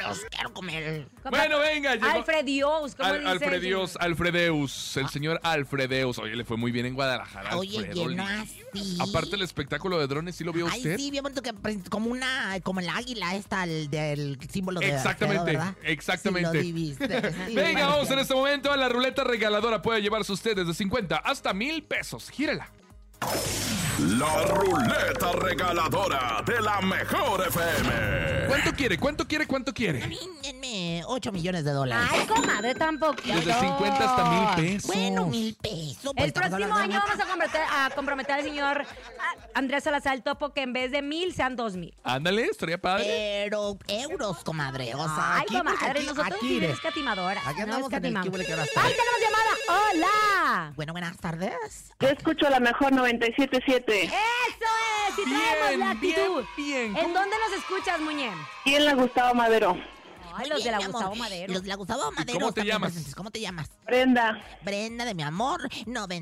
Speaker 3: Los quiero comer.
Speaker 2: Bueno, venga, llegó.
Speaker 5: Alfred Dios, ¿cómo
Speaker 2: Al-
Speaker 5: dice?
Speaker 2: Alfredeus, Alfredeus, el señor Alfredeus. Oye, le fue muy bien en Guadalajara.
Speaker 3: Oye,
Speaker 2: Alfredo
Speaker 3: lleno
Speaker 2: Olivas.
Speaker 3: así.
Speaker 2: Aparte el espectáculo de drones, ¿sí lo vio
Speaker 3: Ay,
Speaker 2: usted?
Speaker 3: sí, bien bonito que pre- como una, como el águila esta, el del símbolo de
Speaker 2: Exactamente,
Speaker 3: Alfredo, ¿verdad?
Speaker 2: exactamente.
Speaker 3: Sí, lo diviste, sí,
Speaker 2: Venga,
Speaker 3: bueno,
Speaker 2: vamos en
Speaker 3: bien.
Speaker 2: este momento a la ruleta regaladora. Puede llevarse usted desde 50 hasta mil pesos. Gírala.
Speaker 1: La ruleta regaladora de la mejor FM.
Speaker 2: ¿Cuánto quiere? ¿Cuánto quiere? ¿Cuánto quiere?
Speaker 3: Bríndenme 8 millones de dólares.
Speaker 5: Ay, comadre, tampoco.
Speaker 2: Desde 50 hasta mil pesos.
Speaker 3: bueno, mil pesos. pues,
Speaker 5: El
Speaker 3: estamos
Speaker 5: próximo
Speaker 3: hablando de
Speaker 5: año
Speaker 3: mucho.
Speaker 5: vamos a comprometer, a comprometer al señor ah, Andrés Salazar el Topo que en vez de mil sean dos mil.
Speaker 2: Ándale, estaría
Speaker 3: Eh.
Speaker 2: padre.
Speaker 3: Pero euros, comadre. O sea,
Speaker 5: Ay,
Speaker 3: aquí,
Speaker 2: pues,
Speaker 5: comadre,
Speaker 3: aquí,
Speaker 5: nosotros
Speaker 3: aquí,
Speaker 5: sí
Speaker 3: mire.
Speaker 5: escatimadora.
Speaker 3: Aquí andamos en el kibble que ahora está.
Speaker 5: ¡Ay, tenemos llamada! ¡Hola!
Speaker 3: Bueno, buenas tardes.
Speaker 6: Yo escucho la mejor 97.7
Speaker 5: ¡Eso es! ¡Y traemos
Speaker 2: Bien,
Speaker 5: la actitud!
Speaker 2: bien, bien.
Speaker 5: ¿En dónde nos escuchas, Muñe?
Speaker 6: y en la Gustavo Madero.
Speaker 5: Ay,
Speaker 3: Muy
Speaker 5: los de
Speaker 3: bien,
Speaker 5: la
Speaker 3: mi amor.
Speaker 5: Gustavo Madero.
Speaker 3: Los de la Gustavo Madero.
Speaker 2: cómo te
Speaker 3: también
Speaker 2: llamas?
Speaker 3: presentes. ¿Cómo te llamas?
Speaker 6: Brenda,
Speaker 3: Brenda de mi amor,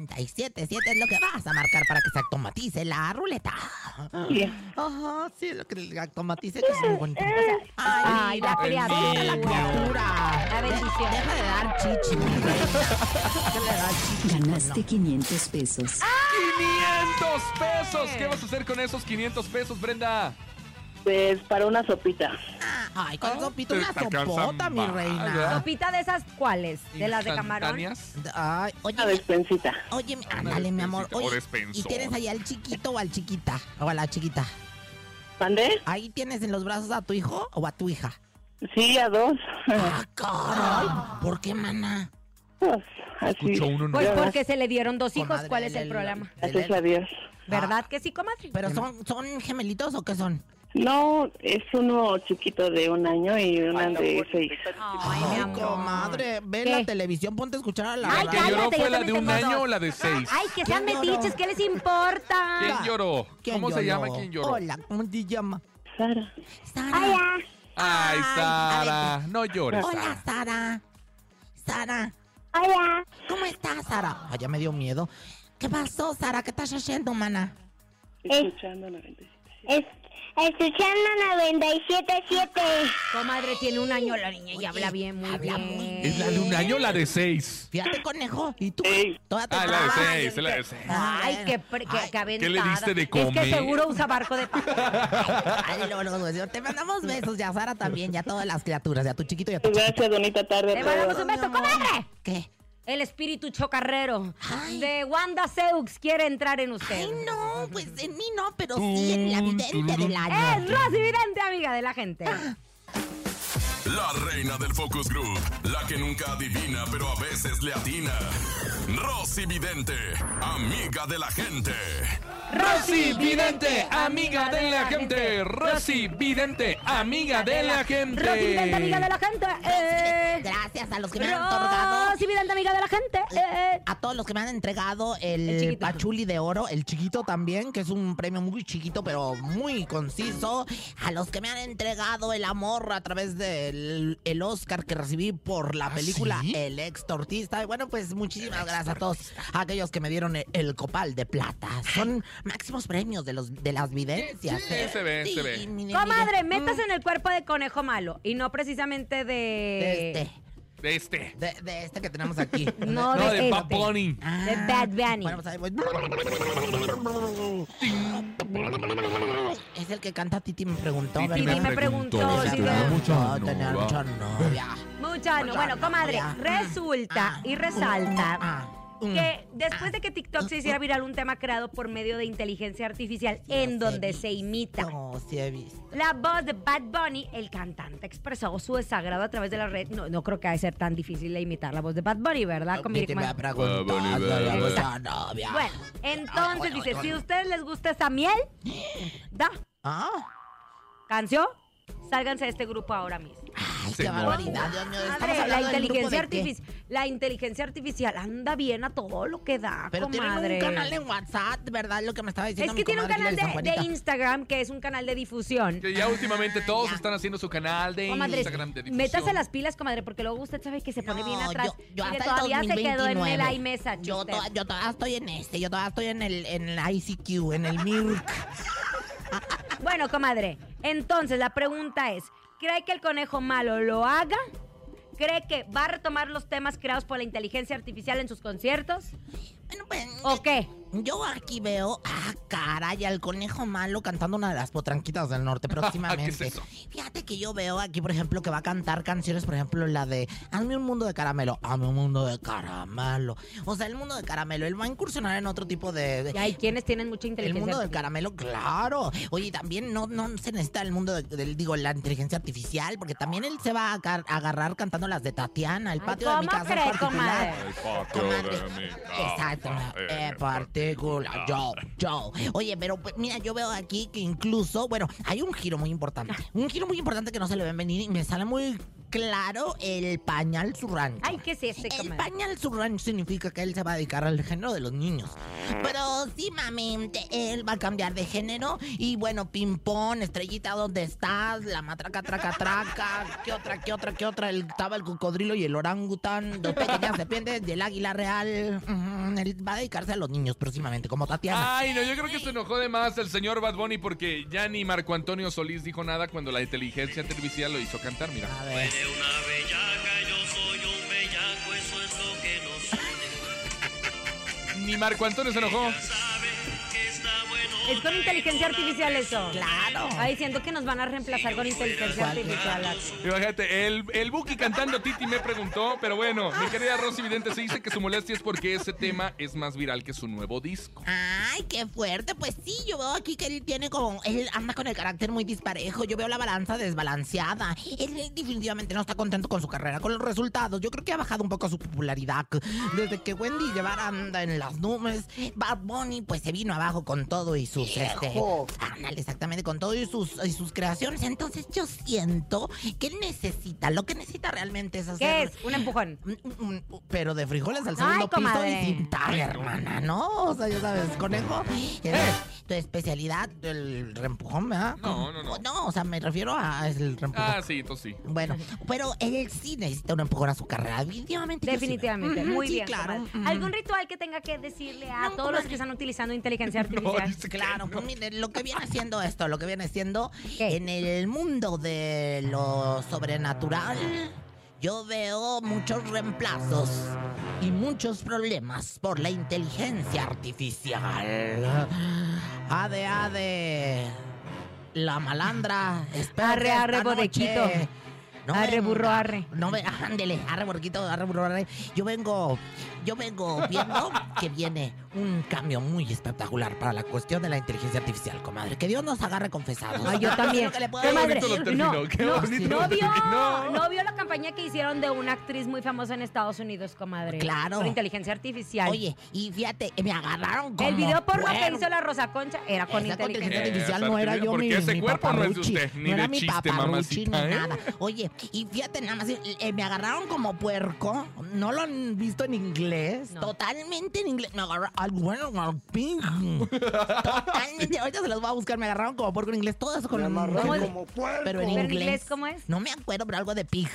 Speaker 3: 977 es lo que vas a marcar para que se automatice la ruleta. Ah.
Speaker 6: sí.
Speaker 3: Ajá, sí, lo que le automatice que es muy bonito.
Speaker 5: Ay, la
Speaker 2: bendita
Speaker 5: criatura.
Speaker 2: la
Speaker 3: criatura.
Speaker 5: La bendición.
Speaker 3: eh. Deja de dar chichi. mi reina. ¿Qué le das chichi?
Speaker 7: Ganaste 500 pesos.
Speaker 2: ¡500 pesos! ¿Qué vas a hacer con esos 500 pesos, Brenda?
Speaker 6: Pues para una sopita.
Speaker 3: Ah, Ay, con sopita,
Speaker 2: te-
Speaker 3: una
Speaker 2: te alcanzan
Speaker 3: sopota, mi
Speaker 2: varias.
Speaker 3: reina.
Speaker 5: ¿Sopita de esas cuáles? ¿De las de camarón?
Speaker 2: Instantáneas.
Speaker 3: Ay, oye,
Speaker 6: Una despensita.
Speaker 3: oye, ándale, mi amor.
Speaker 2: despensita o
Speaker 3: Oye, ¿y
Speaker 2: despensón.
Speaker 3: tienes ahí al chiquito o al chiquita? O a la chiquita.
Speaker 6: ¿Mandé?
Speaker 3: ¿Ahí tienes en los brazos a tu hijo o a tu hija?
Speaker 6: Sí, a dos.
Speaker 3: Ah, caray. ¿Por qué, mana?
Speaker 6: Dos, Pues, Así.
Speaker 2: Escucho uno, ¿no?
Speaker 5: Pues
Speaker 6: Yo no.
Speaker 5: porque se le dieron dos hijos,
Speaker 3: Comadre,
Speaker 5: ¿cuál es
Speaker 3: del-
Speaker 5: el problema?
Speaker 6: Gracias
Speaker 3: del-
Speaker 6: a Dios.
Speaker 2: Ah.
Speaker 5: ¿Verdad que sí, comadre?
Speaker 3: Ah, ¿Pero son, son gemelitos o qué son?
Speaker 6: No, es uno chiquito de un año y una de seis.
Speaker 5: Ay, mi amor.
Speaker 3: comadre, ve la
Speaker 5: ¿Qué?
Speaker 3: televisión, ponte a escuchar a la
Speaker 5: Ay,
Speaker 2: ¿La que
Speaker 3: radio.
Speaker 5: cállate,
Speaker 2: lloró
Speaker 5: yo
Speaker 2: fue la
Speaker 5: también
Speaker 2: de un
Speaker 5: tengo
Speaker 2: año
Speaker 5: dos.
Speaker 2: o la de seis?
Speaker 5: Ay, que sean
Speaker 3: ¿Quién lloró?
Speaker 5: metiches, ¿qué les importa?
Speaker 2: ¿Quién lloró?
Speaker 3: ¿Quién
Speaker 2: ¿Cómo se
Speaker 3: lloró?
Speaker 2: llama? ¿Quién lloró?
Speaker 3: Hola, ¿cómo te llama?
Speaker 6: Sara.
Speaker 3: Sara.
Speaker 2: Ay,
Speaker 3: Ay, a
Speaker 2: Sara, no llores.
Speaker 3: Hola,
Speaker 2: Sara.
Speaker 3: Sara. Sara.
Speaker 4: Hola,
Speaker 3: ¿Cómo estás, Sara? Ay, ya me dio miedo. ¿Qué pasó, Sara? ¿Qué estás haciendo, mana?
Speaker 6: Escuchando 97.
Speaker 4: es, escuchando 97.7.
Speaker 5: Comadre, tiene un año la niña y
Speaker 3: Oye,
Speaker 5: habla bien, muy
Speaker 3: habla
Speaker 5: bien.
Speaker 3: muy
Speaker 2: ¿Es la de un año o la de seis?
Speaker 3: Fíjate, conejo. ¿Y tú?
Speaker 6: Ey.
Speaker 3: Toda
Speaker 2: Ah, la de seis, es la de seis.
Speaker 5: Ay, qué, pre- qué, qué
Speaker 2: ¿Qué le
Speaker 5: aventada.
Speaker 2: diste de
Speaker 5: Es que
Speaker 2: comer?
Speaker 5: seguro usa barco de
Speaker 3: Ay, no, no, no, Te mandamos besos ya, Sara, también. Ya todas las criaturas, ya tu chiquito y a tu
Speaker 6: Pues, Gracias, bonita tarde.
Speaker 5: Le
Speaker 6: a
Speaker 5: mandamos
Speaker 6: todos.
Speaker 5: un beso, comadre.
Speaker 3: ¿Qué?
Speaker 5: El espíritu chocarrero
Speaker 3: Ay.
Speaker 5: de Wanda Seux quiere entrar en usted.
Speaker 3: Ay, no, pues en mí no, pero sí en la vidente del
Speaker 5: Es
Speaker 3: año.
Speaker 5: Rosy Vidente, amiga de la gente.
Speaker 1: La reina del Focus Group, la que nunca adivina pero a veces le atina. Rosy Vidente, amiga de la gente.
Speaker 2: Rosy Vidente, amiga de la gente. Rosy Vidente, amiga de la gente.
Speaker 5: Rosy Vidente, amiga de la gente. Eh.
Speaker 3: Gracias a los que me han otorgado.
Speaker 5: Rosy Vidente, amiga de la gente. Eh.
Speaker 3: A todos los que me han entregado el,
Speaker 5: El chiquito.
Speaker 3: pachuli de oro, el chiquito también, que es un premio muy chiquito pero muy conciso. A los que me han entregado el amor a través del el Oscar que recibí por la película
Speaker 2: ¿Ah, ¿sí?
Speaker 3: El Extortista. Y bueno, pues muchísimas gracias a todos aquellos que me dieron el, el copal de plata. Son máximos premios de los de las ¿eh? videncias.
Speaker 2: Sí, se ve, se ve.
Speaker 3: miren, miren.
Speaker 5: Comadre,
Speaker 3: Mm.
Speaker 5: metas en el cuerpo de conejo malo y no precisamente
Speaker 3: De
Speaker 5: de.
Speaker 3: este,
Speaker 2: De este.
Speaker 3: de, de este que tenemos aquí.
Speaker 5: No,
Speaker 2: No,
Speaker 5: de,
Speaker 2: de
Speaker 5: este.
Speaker 2: Bad Bunny.
Speaker 3: Ah.
Speaker 5: De Bad Bunny.
Speaker 3: Bueno, pues ahí voy. Es el que canta Titi me preguntó,
Speaker 2: Titi
Speaker 3: ¿verdad?
Speaker 5: Titi me preguntó
Speaker 2: preguntó
Speaker 5: si
Speaker 2: si tenía
Speaker 5: de-
Speaker 3: mucha
Speaker 2: mucha
Speaker 3: tenía Ah,
Speaker 2: novia.
Speaker 3: mucha novia.
Speaker 5: Muchano. Bueno, comadre,
Speaker 3: Ah,
Speaker 5: resulta
Speaker 3: ah,
Speaker 5: y
Speaker 3: ah,
Speaker 5: resalta
Speaker 3: mm. Ah.
Speaker 5: que después de que TikTok se hiciera viral un tema creado por medio de inteligencia artificial
Speaker 3: lo
Speaker 5: en
Speaker 3: sé,
Speaker 5: donde
Speaker 3: vi.
Speaker 5: se imita
Speaker 3: No, sí he visto.
Speaker 5: la voz de Bad Bunny, el cantante expresó su desagrado a través de la red. No, no creo que haya de ser tan difícil de imitar la voz de Bad Bunny, ¿verdad?
Speaker 3: Titi
Speaker 5: Comir-
Speaker 3: me preguntó,
Speaker 2: Bonnie,
Speaker 3: si le
Speaker 2: bebé.
Speaker 3: gusta novia. Ah,
Speaker 5: Bueno, entonces dice, si a ustedes les gusta esa miel, da,
Speaker 3: Ah,
Speaker 5: canción, sálganse de este grupo ahora mismo.
Speaker 3: ay,
Speaker 2: Se
Speaker 3: qué
Speaker 2: mamó.
Speaker 3: barbaridad, Dios mío. estamos
Speaker 5: Madre, la
Speaker 3: Ah, hablando del grupo
Speaker 5: inteligencia
Speaker 3: de qué?
Speaker 5: artificial, la inteligencia artificial anda bien a todo lo que da,
Speaker 3: Pero tienen
Speaker 5: comadre.
Speaker 3: un canal en WhatsApp, ¿verdad? Lo que me estaba
Speaker 5: es
Speaker 3: diciendo
Speaker 5: que
Speaker 3: mi
Speaker 5: tiene un
Speaker 3: comadre
Speaker 5: canal
Speaker 3: Hilary San
Speaker 5: de, de
Speaker 3: Juanita.
Speaker 5: Instagram que es un canal de difusión.
Speaker 2: Que ya últimamente todos están haciendo su canal de
Speaker 5: Comadre,
Speaker 2: Instagram de difusión.
Speaker 5: métase las pilas, comadre, porque luego usted sabe que se pone
Speaker 3: No,
Speaker 5: bien atrás.
Speaker 3: Yo, yo
Speaker 5: y que
Speaker 3: hasta
Speaker 5: todavía
Speaker 3: el
Speaker 5: se quedó en
Speaker 3: 2029.
Speaker 5: el iMessage.
Speaker 3: Yo,
Speaker 5: usted.
Speaker 3: to- yo todavía estoy en este, yo todavía estoy en el, en el ICQ, en el MIRC.
Speaker 5: Bueno, comadre, entonces la pregunta es, ¿cree que el conejo malo lo haga? ¿Cree que va a retomar los temas creados por la inteligencia artificial en sus conciertos?
Speaker 3: Bueno, pues.
Speaker 5: ¿O qué?
Speaker 3: Yo aquí veo, ah, caray, al conejo malo cantando una de las potranquitas del norte próximamente.
Speaker 2: ¿Qué es eso?
Speaker 3: Fíjate que yo veo aquí, por ejemplo, que va a cantar canciones, por ejemplo, la de Hazme un mundo de caramelo, hazme un mundo de caramelo. O sea, el mundo de caramelo, él va a incursionar en otro tipo de. de-
Speaker 5: Y hay quienes tienen mucha
Speaker 3: el
Speaker 5: inteligencia
Speaker 3: mundo del
Speaker 5: artificial.
Speaker 3: caramelo, claro. Oye, también no, no se necesita el mundo de- del, digo, la inteligencia artificial, porque también él se va a agar- agarrar cantando las de Tatiana, el
Speaker 5: Ay,
Speaker 3: patio de mi
Speaker 5: ¿cómo
Speaker 3: casa
Speaker 5: cree,
Speaker 3: en particular.
Speaker 5: comadre?
Speaker 3: Comadre, Exacto, Eh, en particular. Yo, yo. Oye, pero pues, mira, yo veo aquí que incluso, bueno, hay un giro muy importante.
Speaker 5: Ah.
Speaker 3: Un giro muy importante que no se le ven venir y me sale muy claro el pañal su rancho.
Speaker 5: Ay, ¿qué es este,
Speaker 3: El
Speaker 5: comadre?
Speaker 3: pañal su rancho significa que él se va a dedicar al género de los niños. Próximamente él va a cambiar de género. Y bueno, ping-pong, estrellita, ¿dónde estás? La matraca, traca, traca. ¿Qué otra, qué otra, qué otra? El, estaba el cocodrilo y el orangután. Dos pequeñas serpientes del águila real. Ujú, Él va a dedicarse a los niños próximamente, como Tatiana.
Speaker 2: Ay, no, yo creo que se enojó de más el señor Bad Bunny porque ya ni Marco Antonio Solís dijo nada cuando la inteligencia artificial lo hizo cantar, mira.
Speaker 3: A ver.
Speaker 7: De una bellaca, yo soy un bellaco, eso es lo que nos une.
Speaker 2: Ni Marco Antonio se enojó.
Speaker 7: Sabe que está bueno
Speaker 5: Es con inteligencia artificial eso.
Speaker 3: Claro.
Speaker 5: Está diciendo que nos van a reemplazar con inteligencia
Speaker 3: ¿Cuál?
Speaker 5: artificial.
Speaker 2: Imagínate, el, el Buki cantando Titi me preguntó, pero bueno, mi querida Rosy Vidente se dice que su molestia es porque ese tema es más viral que su nuevo disco.
Speaker 3: Ay, qué fuerte. Pues sí, yo veo aquí que él tiene como. Él anda con el carácter muy disparejo. Yo veo la balanza desbalanceada. Él definitivamente no está contento con su carrera, con los resultados. Yo creo que ha bajado un poco su popularidad. Desde que Wendy llevara anda en las nubes, Bad Bunny pues se vino abajo con todo y sus. Este, ándale, exactamente, con todo y sus, y sus creaciones. Entonces yo siento que él necesita, lo que necesita realmente es hacer.
Speaker 5: ¿Qué es? Un empujón.
Speaker 3: Mm, mm, Pero de frijoles al segundo piso
Speaker 5: comadre.
Speaker 3: y sin tal, hermana, ¿no? O sea, ya sabes, conejo. eh, Tu especialidad, el rempujón, ¿verdad?
Speaker 2: No, no, no.
Speaker 3: No, o sea, me refiero a es el rempujón.
Speaker 2: Ah, sí, entonces sí.
Speaker 3: Bueno, pero él sí necesita un empujón a su carrera, definitivamente. yo sí.
Speaker 5: Definitivamente.
Speaker 3: Ujú,
Speaker 5: Muy
Speaker 3: sí,
Speaker 5: bien.
Speaker 3: claro.
Speaker 5: comadre.
Speaker 3: ujú.
Speaker 5: ¿Algún ritual que tenga que decirle a todos los que están utilizando inteligencia
Speaker 2: No,
Speaker 5: artificial?
Speaker 2: Oh, dice que
Speaker 3: Claro,
Speaker 2: no.
Speaker 3: pues miren, lo que viene siendo esto, lo que viene siendo
Speaker 5: ¿Qué?
Speaker 3: en el mundo de lo sobrenatural, yo veo muchos reemplazos y muchos problemas por la inteligencia artificial. Ade, ade. La malandra, espero
Speaker 5: Arre,
Speaker 3: que esta
Speaker 5: arre, bodequito.
Speaker 3: noche no
Speaker 5: Arre,
Speaker 3: venga-
Speaker 5: burro, arre.
Speaker 3: No me, ándele, arre, borquito, arre, burro, arre. Yo vengo, yo vengo viendo que viene un cambio muy espectacular para la cuestión de la inteligencia artificial, comadre. Que Dios nos agarre confesados.
Speaker 5: Ay, yo también.
Speaker 3: Lo que le puedo
Speaker 5: Qué
Speaker 3: decir.
Speaker 5: madre.
Speaker 2: bonito lo terminó,
Speaker 5: No,
Speaker 2: qué
Speaker 5: no,
Speaker 2: bonito
Speaker 5: no
Speaker 2: lo
Speaker 5: vio,
Speaker 2: terminó.
Speaker 5: no vio la campaña que hicieron de una actriz muy famosa en Estados Unidos, comadre.
Speaker 3: Claro.
Speaker 5: Con inteligencia artificial.
Speaker 3: Oye, y fíjate, me agarraron como
Speaker 5: el video por lo que
Speaker 3: puerco.
Speaker 5: hizo la Rosa Concha era con
Speaker 3: Esa
Speaker 5: inteligencia
Speaker 2: Eh,
Speaker 5: artificial.
Speaker 3: artificial no era yo
Speaker 2: porque
Speaker 3: mi,
Speaker 2: ese
Speaker 3: mi
Speaker 2: cuerpo no es de
Speaker 3: paparruchi,
Speaker 2: usted, ni
Speaker 3: no
Speaker 2: de
Speaker 3: era mi
Speaker 2: chiste,
Speaker 3: paparruchi ni
Speaker 2: mamacita, ¿eh?
Speaker 3: nada. Oye, y fíjate nada más, eh, me agarraron como puerco, no lo han visto en inglés,
Speaker 5: No.
Speaker 3: totalmente en inglés, me agarraron, al bueno, al ping. totalmente, ahorita se los voy a buscar, me agarraron como puerco en inglés, todo eso con
Speaker 5: ¿Cómo le-
Speaker 3: Pero en
Speaker 5: ¿Pero
Speaker 3: inglés,
Speaker 5: en inglés cómo es? Ah,
Speaker 3: No me acuerdo, pero algo de pig.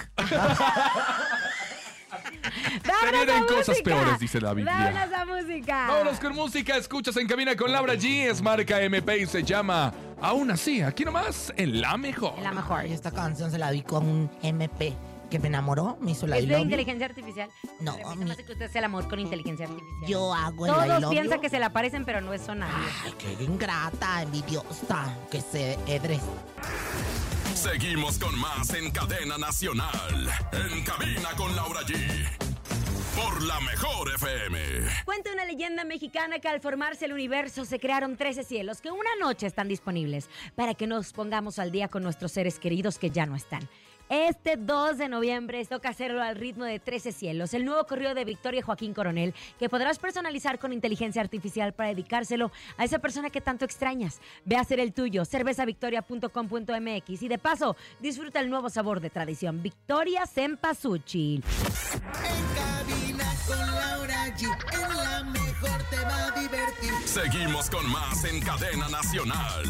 Speaker 5: ¡Vámonos
Speaker 2: Se vienen
Speaker 5: a
Speaker 2: cosas
Speaker 5: música!
Speaker 2: peores, dice la Biblia.
Speaker 5: ¡Vámonos a música!
Speaker 2: Vámonos con música, escuchas en cabina con Laura G, es marca MP y se llama Aún así, aquí nomás, en la mejor.
Speaker 5: La mejor.
Speaker 3: Y esta canción se la vi con un MP que me enamoró, me hizo la I
Speaker 5: ¿Es de
Speaker 3: love you.
Speaker 5: inteligencia artificial?
Speaker 3: No,
Speaker 5: Pero a mí se
Speaker 3: mi-
Speaker 5: me hace que usted es el amor con inteligencia artificial.
Speaker 3: Yo hago el I
Speaker 5: Todos
Speaker 3: love
Speaker 5: piensan
Speaker 3: you.
Speaker 5: que se le parecen, pero no es nadie.
Speaker 3: Ay, qué ingrata, envidiosa, que se edres.
Speaker 1: Seguimos con más en Cadena Nacional. En cabina con Laura G. Por la mejor FM.
Speaker 5: Cuenta una leyenda mexicana que al formarse el universo se crearon 13 cielos que una noche están disponibles para que nos pongamos al día con nuestros seres queridos que ya no están. Este 2 de noviembre toca hacerlo al ritmo de 13 cielos, el nuevo correo de Victoria Joaquín Coronel, que podrás personalizar con inteligencia artificial para dedicárselo a esa persona que tanto extrañas. Ve a hacer el tuyo, cervezavictoria.com.mx y de paso, disfruta el nuevo sabor de tradición, Victoria Sempasuchi.
Speaker 1: Seguimos con más en Cadena Nacional.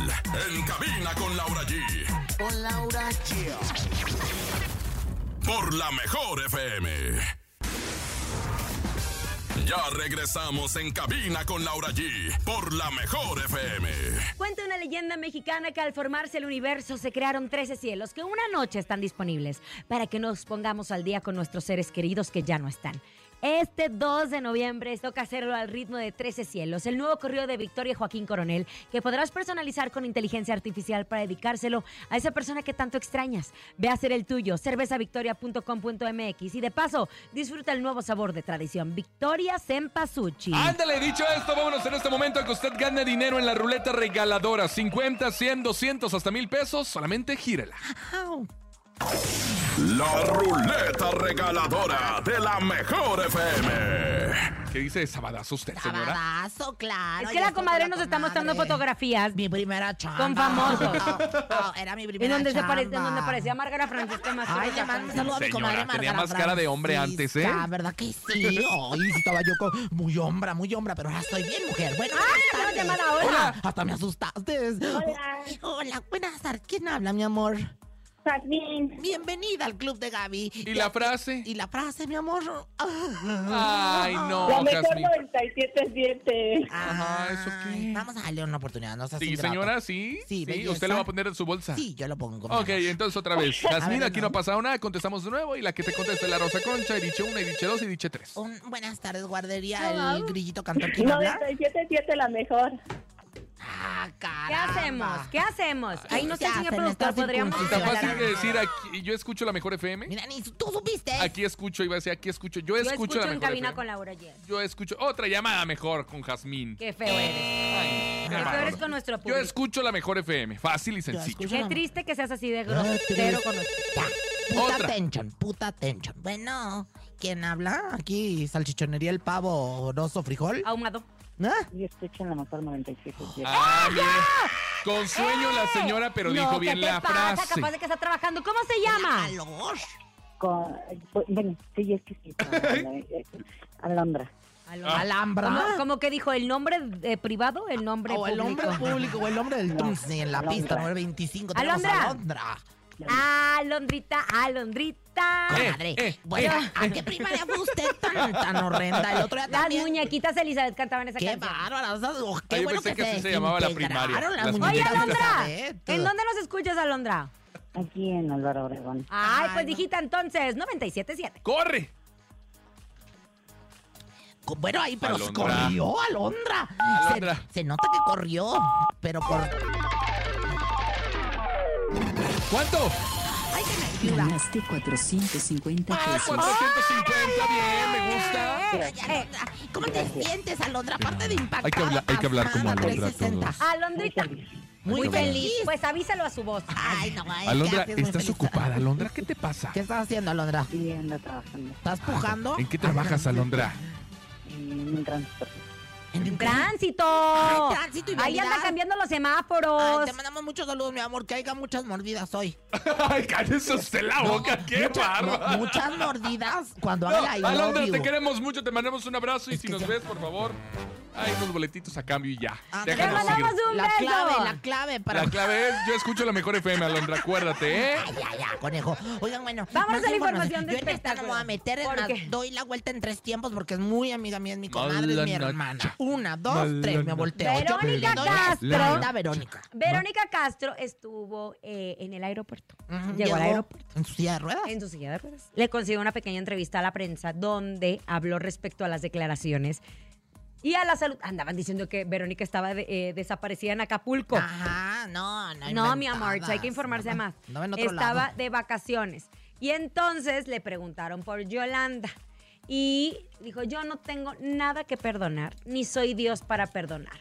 Speaker 1: En cabina con Laura G.
Speaker 8: Con Laura G.
Speaker 1: Por la mejor FM. Ya regresamos en cabina con Laura G. Por la mejor FM.
Speaker 5: Cuenta una leyenda mexicana que al formarse el universo se crearon 13 cielos que una noche están disponibles para que nos pongamos al día con nuestros seres queridos que ya no están. Este 2 de noviembre toca hacerlo al ritmo de 13 cielos, el nuevo correo de Victoria Joaquín Coronel, que podrás personalizar con inteligencia artificial para dedicárselo a esa persona que tanto extrañas. Ve a hacer el tuyo, cervezavictoria.com.mx y de paso, disfruta el nuevo sabor de tradición, Victoria Sempasuchi.
Speaker 2: Ándale, dicho esto, vámonos en este momento a que usted gane dinero en la ruleta regaladora. 50, 100, 200, hasta mil pesos. Solamente gírela.
Speaker 3: Ah,
Speaker 1: La ruleta regaladora de la mejor FM.
Speaker 2: ¿Qué dice de sabadazo usted, señora?
Speaker 3: Sabadazo, claro.
Speaker 5: Es que
Speaker 3: yo
Speaker 5: la
Speaker 3: estoy
Speaker 5: comadre
Speaker 3: con la
Speaker 5: nos está mostrando
Speaker 3: comadre.
Speaker 5: fotografías.
Speaker 3: Mi primera chamba.
Speaker 5: Con famosos.
Speaker 3: No, era mi primera
Speaker 5: En donde, se
Speaker 3: chamba.
Speaker 5: pare- en donde parecía Márgara Francisca más.
Speaker 3: Ay, le mando un saludo a mi
Speaker 2: Señora,
Speaker 3: comadre
Speaker 2: tenía
Speaker 3: Margarita
Speaker 2: más cara de hombre antes, ¿eh?
Speaker 3: Francisca, ¿verdad que sí? Ay, sí estaba yo con- muy hombra, muy hombra, pero ahora estoy bien, mujer. Bueno,
Speaker 5: Ah,
Speaker 3: buenas
Speaker 5: no,
Speaker 3: tardes.
Speaker 5: llamada, hola.
Speaker 3: Hasta me asustaste.
Speaker 4: Hola.
Speaker 3: Hola, buenas tardes. ¿Quién habla, mi amor?
Speaker 4: Jazmín,
Speaker 3: Bienvenida al club de Gaby.
Speaker 2: ¿Y la frase?
Speaker 3: Y la frase, mi amor.
Speaker 2: Ay, no,
Speaker 4: la mejor
Speaker 2: Jasmine.
Speaker 4: 97.7.
Speaker 2: Ajá, ¿eso qué?
Speaker 3: Ay, Vamos a darle una oportunidad, no seas
Speaker 2: Sí,
Speaker 3: ingrato.
Speaker 2: señora, sí.
Speaker 3: Sí,
Speaker 2: Sí,
Speaker 3: belleza.
Speaker 2: usted la va a poner en su bolsa.
Speaker 3: Sí, yo lo pongo. mi
Speaker 2: Ok,
Speaker 3: amor.
Speaker 2: entonces otra vez. Jasmine,
Speaker 3: ver,
Speaker 2: aquí
Speaker 3: no.
Speaker 2: no ha pasado nada. Contestamos de nuevo. Y la que te conteste es la Rosa Concha. Y diche una, y diche dos, y diche tres.
Speaker 6: este-
Speaker 3: Un- buenas tardes, guardería. El grillito cantor. ¿Quién habla?
Speaker 4: 97.7 la mejor.
Speaker 3: Ah,
Speaker 5: ¿Qué
Speaker 3: caramba.
Speaker 5: hacemos? ¿Qué hacemos? Ahí no
Speaker 3: se
Speaker 5: sé, señor
Speaker 3: hacen
Speaker 5: productor,
Speaker 3: estas
Speaker 5: podríamos...
Speaker 2: Tan
Speaker 3: circunstancias?
Speaker 2: fácil de decir, aquí, yo escucho la mejor FM.
Speaker 3: Mira, ni tú supiste.
Speaker 2: Aquí escucho, iba a decir, aquí escucho. Yo
Speaker 5: Yo
Speaker 2: escucho,
Speaker 5: escucho
Speaker 2: la
Speaker 5: en
Speaker 2: mejor
Speaker 5: cabina
Speaker 2: FM.
Speaker 5: con Laura G.
Speaker 2: Yo escucho otra llamada mejor con Jazmín.
Speaker 5: Qué feo eres.
Speaker 2: Ay, Eh, qué
Speaker 5: Qué feo
Speaker 2: bárbaro.
Speaker 5: eres con nuestro
Speaker 2: Yo
Speaker 5: público.
Speaker 2: escucho la mejor FM, fácil y
Speaker 3: Yo
Speaker 2: sencillo.
Speaker 3: escucho
Speaker 5: Qué
Speaker 3: la-
Speaker 5: triste que seas así de grosero con nosotros.
Speaker 3: Ya. Puta
Speaker 2: Otra.
Speaker 3: tension, puta tension. Bueno, ¿quién habla? Aquí, salchichonería el pavo, oso frijol.
Speaker 5: Ahumado.
Speaker 3: ¿Ah?
Speaker 6: Yo escucho en la mejor 97.
Speaker 2: Ah, bien. Con sueño la señora, pero
Speaker 5: ¡Eh! No,
Speaker 2: dijo bien
Speaker 5: ¿qué te
Speaker 2: la
Speaker 5: pasa?
Speaker 2: frase.
Speaker 5: Capaz de que está trabajando. ¿Cómo se llama?
Speaker 3: Calor.
Speaker 6: Con, pues, bueno, sí, es que sí. eh, Alondra.
Speaker 3: Alhambra.
Speaker 5: ¿Cómo, cómo que dijo? ¿El nombre eh, privado el nombre
Speaker 3: o el hombre
Speaker 5: público?
Speaker 3: público, o el hombre del Trumsi en la
Speaker 6: Alondra.
Speaker 3: pista 925. Tenemos a
Speaker 5: Alondra.
Speaker 3: Alondra.
Speaker 5: Alondrita, Alondrita.
Speaker 2: Eh,
Speaker 3: Madre.
Speaker 2: eh,
Speaker 3: bueno,
Speaker 2: eh.
Speaker 3: ¿a qué primaria fue usted tan, tan horrenda? El otro día
Speaker 5: Las
Speaker 3: también.
Speaker 5: muñequitas de Elizabeth cantaban esa
Speaker 3: Qué
Speaker 5: canción.
Speaker 3: bárbara. o sea, oh, Qué
Speaker 2: Ah, yo
Speaker 3: bueno
Speaker 2: pensé que
Speaker 3: que,
Speaker 2: así
Speaker 3: se,
Speaker 2: se llamaba la
Speaker 3: desintegraron
Speaker 2: primaria,
Speaker 3: las
Speaker 2: las
Speaker 5: Oye,
Speaker 3: muñequitas de
Speaker 5: Alondra,
Speaker 3: Elizabeth.
Speaker 5: ¿en dónde nos escuchas, Alondra?
Speaker 6: Aquí en Álvaro Obregón.
Speaker 5: Ay,
Speaker 3: Ay,
Speaker 5: pues
Speaker 3: no.
Speaker 5: dijita entonces, 97.7.
Speaker 2: ¡Corre!
Speaker 3: Co- Bueno, ahí, pero
Speaker 2: Alondra.
Speaker 3: corrió Alondra. Se-
Speaker 2: Alondra.
Speaker 3: Se, nota que corrió, pero por...
Speaker 2: ¿Cuánto?
Speaker 3: Ay, qué nerviosa.
Speaker 9: Ganaste 450
Speaker 2: Ah,
Speaker 9: pesos.
Speaker 2: 450, bien, me gusta.
Speaker 5: Eh, eh,
Speaker 3: Alondra, ¿Cómo te sientes, Alondra? Aparte de impactar.
Speaker 2: Hay que hablar- hay que hablar como Alondra, todos.
Speaker 5: Alondrita, muy
Speaker 3: Ah, Muy
Speaker 5: feliz.
Speaker 3: feliz.
Speaker 5: Pues avísalo a su voz.
Speaker 3: Ay, no, ay,
Speaker 2: Alondra,
Speaker 3: ¿qué haces? Muy
Speaker 2: estás
Speaker 3: feliz.
Speaker 2: ocupada. Alondra, ¿qué te pasa?
Speaker 3: ¡Eh! ¿Qué estás haciendo, Alondra?
Speaker 6: Y ando trabajando
Speaker 3: ¿Estás pujando?
Speaker 2: ¿En qué trabajas, Alondra?
Speaker 6: en un transporte.
Speaker 3: En-
Speaker 5: ¡Tránsito!
Speaker 3: Ay, tránsito y
Speaker 5: Ahí anda
Speaker 3: vialidad.
Speaker 5: cambiando los
Speaker 3: Ay,
Speaker 5: semáforos.
Speaker 3: te mandamos muchos saludos, mi amor. Que haya muchas mordidas hoy.
Speaker 2: Ay, cállese usted la boca, qué
Speaker 3: Mucha- mu-
Speaker 2: barba.
Speaker 3: muchas mordidas cuando
Speaker 2: No,
Speaker 3: habla y
Speaker 2: Alondra, te queremos mucho, te mandamos un abrazo y
Speaker 3: Es
Speaker 2: si
Speaker 3: que
Speaker 2: nos
Speaker 3: ya-
Speaker 2: ves, por favor, hay unos boletitos a cambio y ya.
Speaker 3: Ah,
Speaker 5: ¡Te
Speaker 2: Déjanos seguir.
Speaker 5: mandamos un
Speaker 3: La
Speaker 5: beso!
Speaker 3: clave, la clave para.
Speaker 2: La clave es, yo escucho la mejor FM, Alondra, acuérdate, ¿eh?
Speaker 3: Ay, ya, ya, conejo. Oigan, bueno.
Speaker 5: Vamos
Speaker 3: más
Speaker 5: a la información de
Speaker 3: Yo en esta no me voy a meter, es
Speaker 5: espectáculos. ¿Por
Speaker 3: más,
Speaker 5: qué?
Speaker 3: doy la vuelta en tres tiempos porque es muy amiga mía, es mi comadre, es mi
Speaker 2: Mala noche.
Speaker 3: hermana. Una, dos,
Speaker 2: Mala
Speaker 3: tres, me
Speaker 2: noche.
Speaker 3: volteo. Yo le
Speaker 5: Verónica
Speaker 3: doy
Speaker 5: Castro.
Speaker 3: La vuelta a Verónica.
Speaker 5: Verónica Castro estuvo eh, en el aeropuerto.
Speaker 3: Ujú,
Speaker 5: Llegó al aeropuerto.
Speaker 3: En su silla de ruedas.
Speaker 5: En su silla de ruedas. Le consiguió una pequeña entrevista a la prensa donde habló respecto a las declaraciones y a la salud. Andaban diciendo que Verónica estaba de- eh, desaparecida en Acapulco.
Speaker 3: Ajá, no, no.
Speaker 5: No, mi
Speaker 3: inventadas.
Speaker 5: amor, hay que informarse
Speaker 3: No,
Speaker 5: más.
Speaker 3: no, en otro
Speaker 5: Estaba
Speaker 3: lado.
Speaker 5: de vacaciones. Y entonces le preguntaron por Yolanda. Y dijo, yo no tengo nada que perdonar, ni soy Dios para perdonar.